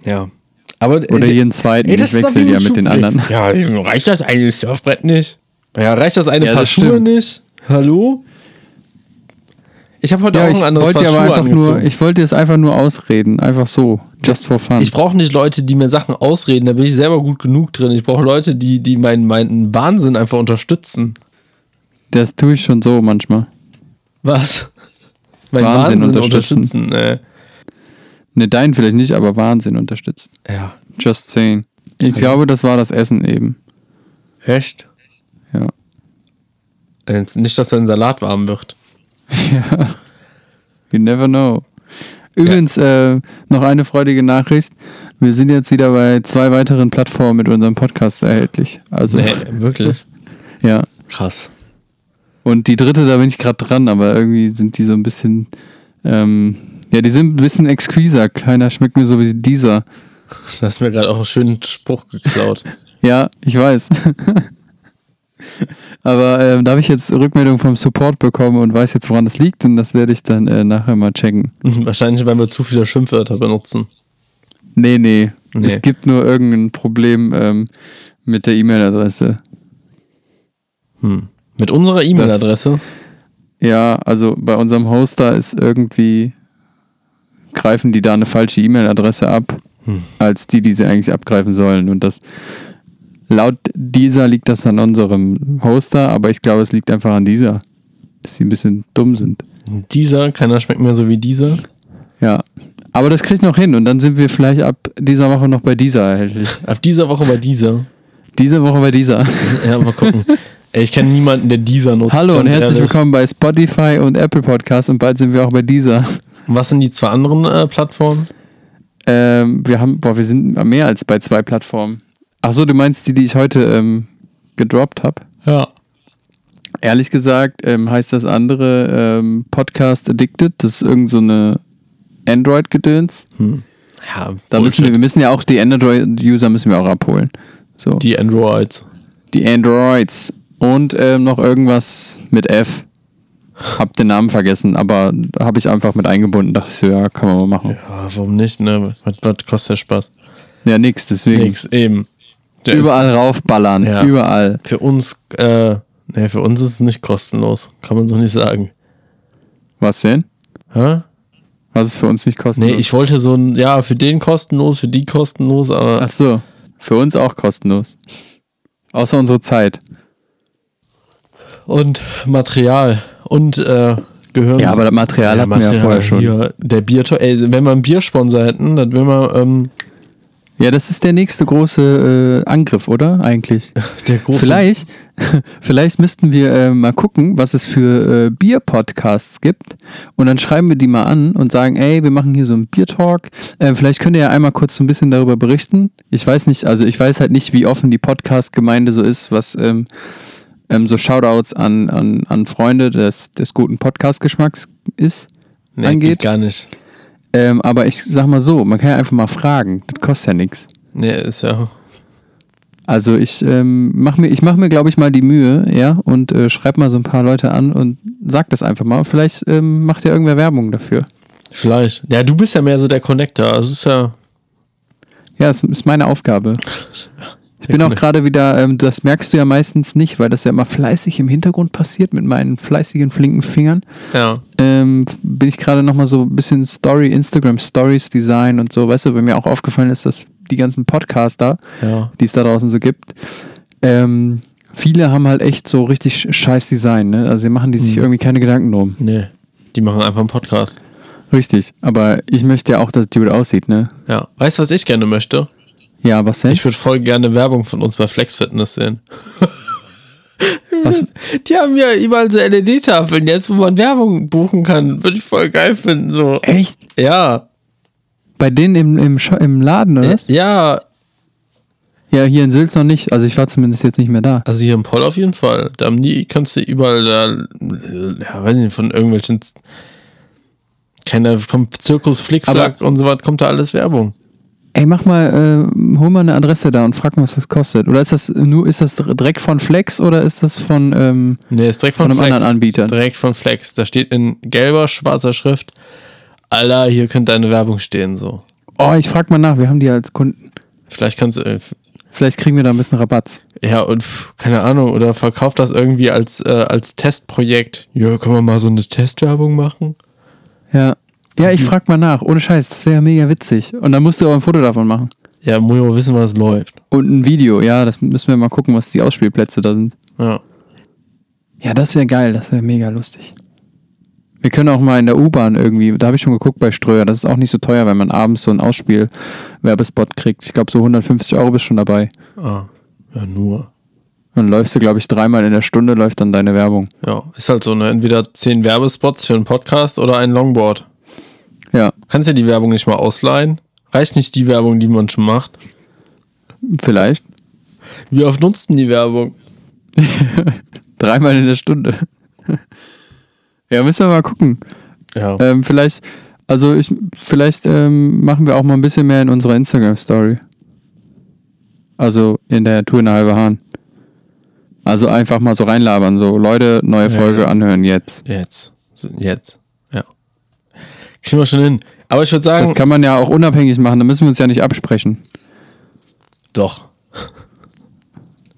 S3: Ja. Aber,
S2: Oder
S3: äh,
S2: jeden zweiten.
S3: ey,
S2: ich
S3: das ist doch
S2: wechsle
S3: wie
S2: die ja
S3: ein
S2: mit den
S3: Schuh-
S2: anderen.
S3: Ja, reicht das eine Surfbrett nicht? Ja, reicht das eine
S2: Ja,
S3: Paar
S2: das
S3: Schuhe
S2: stimmt.
S3: nicht? Hallo? Ich habe heute
S2: Ja,
S3: auch
S2: ich
S3: ein anderes
S2: wollte
S3: Paar
S2: dir aber
S3: Schuhe
S2: einfach
S3: angezogen.
S2: nur, ich wollte es einfach nur ausreden. Einfach so. Just for fun.
S3: Ich brauche nicht Leute, die mir Sachen ausreden, da bin ich selber gut genug drin. Ich brauche Leute, die, die meinen, meinen Wahnsinn einfach unterstützen.
S2: das tue ich schon so manchmal.
S3: Was? Mein
S2: Wahnsinn
S3: Wahnsinn,
S2: unterstützen.
S3: unterstützen. äh.
S2: Ne, deinen vielleicht nicht, aber Wahnsinn unterstützt.
S3: Ja.
S2: Just saying.
S3: Also-
S2: Ich glaube, das war das Essen eben.
S3: Echt?
S2: Ja.
S3: Äh, Nicht, dass dein Salat warm wird.
S2: You never know. Übrigens, äh, noch eine freudige Nachricht. Wir sind jetzt wieder bei zwei weiteren Plattformen mit unserem Podcast erhältlich. Also,
S3: Nee, wirklich?
S2: ja.
S3: Krass.
S2: Und die dritte, da bin ich gerade dran, aber irgendwie sind die so ein bisschen, ähm, ja, die sind ein bisschen exquiser. Keiner schmeckt mir so wie dieser.
S3: Du hast mir gerade auch einen schönen Spruch geklaut.
S2: Ja, ich weiß. Aber ähm, da habe ich jetzt Rückmeldung vom Support bekommen und weiß jetzt, woran das liegt. Und das werde ich dann äh, nachher mal checken.
S3: Wahrscheinlich, weil wir zu viele Schimpfwörter benutzen.
S2: Nee, nee.
S3: Nee.
S2: Es gibt nur irgendein Problem ähm, mit der E-Mail-Adresse.
S3: Hm. Mit unserer E-Mail-Adresse.
S2: Ja, also bei unserem Hoster ist irgendwie, greifen die da eine falsche E-Mail-Adresse ab,
S3: Hm.
S2: als die, die sie eigentlich abgreifen sollen. Und das laut dieser liegt das an unserem Hoster, aber ich glaube, es liegt einfach an dieser, dass sie ein bisschen dumm sind.
S3: Dieser, keiner schmeckt mir so wie dieser.
S2: Ja. Aber das kriegt noch hin und dann sind wir vielleicht ab dieser Woche noch bei dieser erhältlich.
S3: Ab dieser Woche bei dieser.
S2: Diese Woche bei dieser.
S3: Ja, mal gucken. Ey, ich kenne niemanden, der dieser nutzt.
S2: Hallo und
S3: ganz
S2: herzlich
S3: ehrlich.
S2: willkommen bei Spotify und Apple Podcasts und bald sind wir auch bei dieser.
S3: Was sind die zwei anderen äh, Plattformen?
S2: Ähm, wir haben, boah, wir sind mehr als bei zwei Plattformen. Achso, du meinst die, die ich heute ähm, gedroppt habe?
S3: Ja.
S2: Ehrlich gesagt ähm, heißt das andere ähm, Podcast Addicted. Das ist irgend so eine Android-Gedöns.
S3: Ja,
S2: Da müssen wir, wir müssen ja auch die Android-User müssen wir auch abholen. So.
S3: die Androids.
S2: Die Androids. Und ähm, noch irgendwas mit F. Hab den Namen vergessen, aber habe ich einfach mit eingebunden. Dachte ich so, ja, kann man mal machen.
S3: Ja, warum nicht, ne? Was, was kostet der Spaß?
S2: Ja, nix, deswegen.
S3: Nix, eben. Der
S2: Überall raufballern.
S3: Ja.
S2: Überall.
S3: Ist für uns, äh, ne, für uns ist es nicht kostenlos. Kann man so nicht sagen.
S2: Was denn?
S3: Hä?
S2: Was ist für uns nicht kostenlos?
S3: Nee, ich wollte so ein, ja, für den kostenlos, für die kostenlos, aber
S2: Ach so. Für uns auch kostenlos. Außer unsere Zeit.
S3: und Material und äh, Gehirn.
S2: Ja, aber das Material hatten wir ja vorher schon.
S3: Hier, der Bier, ey, wenn wir einen Biersponsor hätten, dann wären wir ähm,
S2: Ja, das ist der nächste große äh, Angriff, oder? Eigentlich.
S3: der große
S2: Vielleicht, vielleicht müssten wir äh, mal gucken, was es für äh, Bier-Podcasts gibt. Und dann schreiben wir die mal an und sagen, ey, wir machen hier so einen Bier-Talk. Äh, vielleicht könnt ihr ja einmal kurz so ein bisschen darüber berichten. Ich weiß nicht, also ich weiß halt nicht, wie offen die Podcast-Gemeinde so ist, was ähm, ähm, so Shoutouts an, an, an Freunde des, des guten Podcast-Geschmacks ist.
S3: nee,
S2: angeht.
S3: geht gar nicht.
S2: Ähm, aber ich sag mal so, man kann ja einfach mal fragen. Das kostet ja nichts.
S3: Nee, ist ja.
S2: Also ich ähm, mach mir, ich mach mir, glaube ich, mal die Mühe, ja, und äh, schreib mal so ein paar Leute an und sag das einfach mal. Und vielleicht ähm, macht ja irgendwer Werbung dafür.
S3: Vielleicht. Ja, du bist ja mehr so der Connector. Also es ist ja.
S2: Ja, es ist meine Aufgabe. Ich bin auch
S3: Connect-
S2: gerade wieder, ähm, das merkst du ja meistens nicht, weil das ja immer fleißig im Hintergrund passiert mit meinen fleißigen, flinken Fingern.
S3: Ja.
S2: ähm, bin ich gerade nochmal so ein bisschen Story, Instagram Stories Design und so, weißt du, weil mir auch aufgefallen ist, dass die ganzen Podcaster,
S3: Ja.
S2: die es da draußen so gibt, ähm, viele haben halt echt so richtig sch- scheiß Design, ne? Also sie machen die sich
S3: Mhm.
S2: irgendwie keine Gedanken drum.
S3: Nee. Die machen einfach einen Podcast.
S2: Richtig, aber ich möchte ja auch, dass Dude aussieht, ne?
S3: Ja. Weißt du, was ich gerne möchte?
S2: Ja, was denn?
S3: Ich würde voll gerne Werbung von uns bei Flex Fitness sehen.
S2: Was?
S3: Die haben ja überall so LED-Tafeln jetzt, wo man Werbung buchen kann. Würde ich voll geil finden, so.
S2: Echt?
S3: Ja.
S2: Bei denen im, im, Scho- im Laden, oder was?
S3: Ja.
S2: Ja, hier in Sülz noch nicht. Also ich war zumindest jetzt nicht mehr da.
S3: Also hier im Poll auf jeden Fall. Da haben die, kannst du überall da, ja, weiß nicht, von irgendwelchen, keine, vom Zirkus Flickflack und so was, kommt da alles Werbung.
S2: Ey, mach mal, äh, hol mal eine Adresse da und frag mal, was das kostet. Oder ist das nur, ist das direkt von Flex oder ist das von, ähm,
S3: Nee, ist direkt von,
S2: Von einem
S3: Flex.
S2: anderen Anbieter.
S3: Direkt von Flex. Da steht in gelber, schwarzer Schrift, Alter, hier könnte deine Werbung stehen, so.
S2: Oh, ich frag mal nach, wir haben die als Kunden.
S3: Vielleicht kannst du, äh, f-
S2: Vielleicht kriegen wir da ein bisschen Rabatz.
S3: ja, und f- keine Ahnung, oder verkauf das irgendwie als, äh, als Testprojekt. Ja, können wir mal so eine Testwerbung machen?
S2: Ja. Ja, ich frag mal nach. Ohne Scheiß, das wäre ja mega witzig. Und dann musst du auch ein Foto davon machen.
S3: Ja, muss ja wissen, was läuft.
S2: Und ein Video, ja, das müssen wir mal gucken, was die Ausspielplätze da sind.
S3: Ja.
S2: Ja, das wäre geil, das wäre mega lustig. Wir können auch mal in der U-Bahn irgendwie, da habe ich schon geguckt bei Ströer, das ist auch nicht so teuer, wenn man abends so einen Ausspiel-Werbespot kriegt. Ich glaube, so 150 Euro bist schon dabei.
S3: Ah, ja, nur.
S2: Dann läufst du, glaube ich, dreimal in der Stunde, läuft dann deine Werbung.
S3: Ja, ist halt so, ne? Entweder zehn Werbespots für einen Podcast oder ein Longboard.
S2: Ja,
S3: Kannst ja die Werbung nicht mal ausleihen. Reicht nicht die Werbung, die man schon macht.
S2: vielleicht.
S3: Wie oft nutzt denn die Werbung?
S2: Dreimal in der Stunde. ja, müssen wir mal gucken.
S3: Ja.
S2: Ähm, vielleicht, also ich, vielleicht ähm, machen wir auch mal ein bisschen mehr in unserer Instagram-Story. Also in der Tour in der halbe Hahn. Also einfach mal so reinlabern, so Leute, neue Folge
S3: ja.
S2: anhören jetzt.
S3: Jetzt. So, Jetzt. Ja. Kriegen wir schon hin. Aber ich würde sagen.
S2: Das kann man ja auch unabhängig machen, da müssen wir uns ja nicht absprechen.
S3: doch.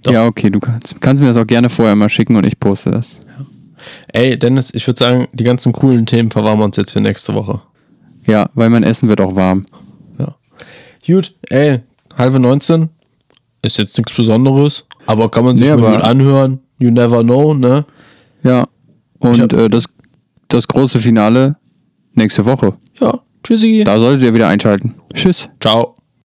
S3: Doch.
S2: Ja, okay, du kannst, kannst mir das auch gerne vorher mal schicken und ich poste das.
S3: Ey, Dennis, ich würde sagen, die ganzen coolen Themen verwahren wir uns jetzt für nächste Woche.
S2: Ja, weil mein Essen wird auch warm.
S3: Ja. Gut, ey, halbe 19. Ist jetzt nichts Besonderes. Aber kann man sich
S2: Nee,
S3: mal
S2: aber-
S3: gut anhören. You never know, ne?
S2: Ja.
S3: Ich
S2: Und
S3: hab-
S2: äh, das, das große Finale nächste Woche.
S3: Ja. Tschüssi.
S2: Da solltet ihr wieder einschalten. Tschüss.
S3: Ciao.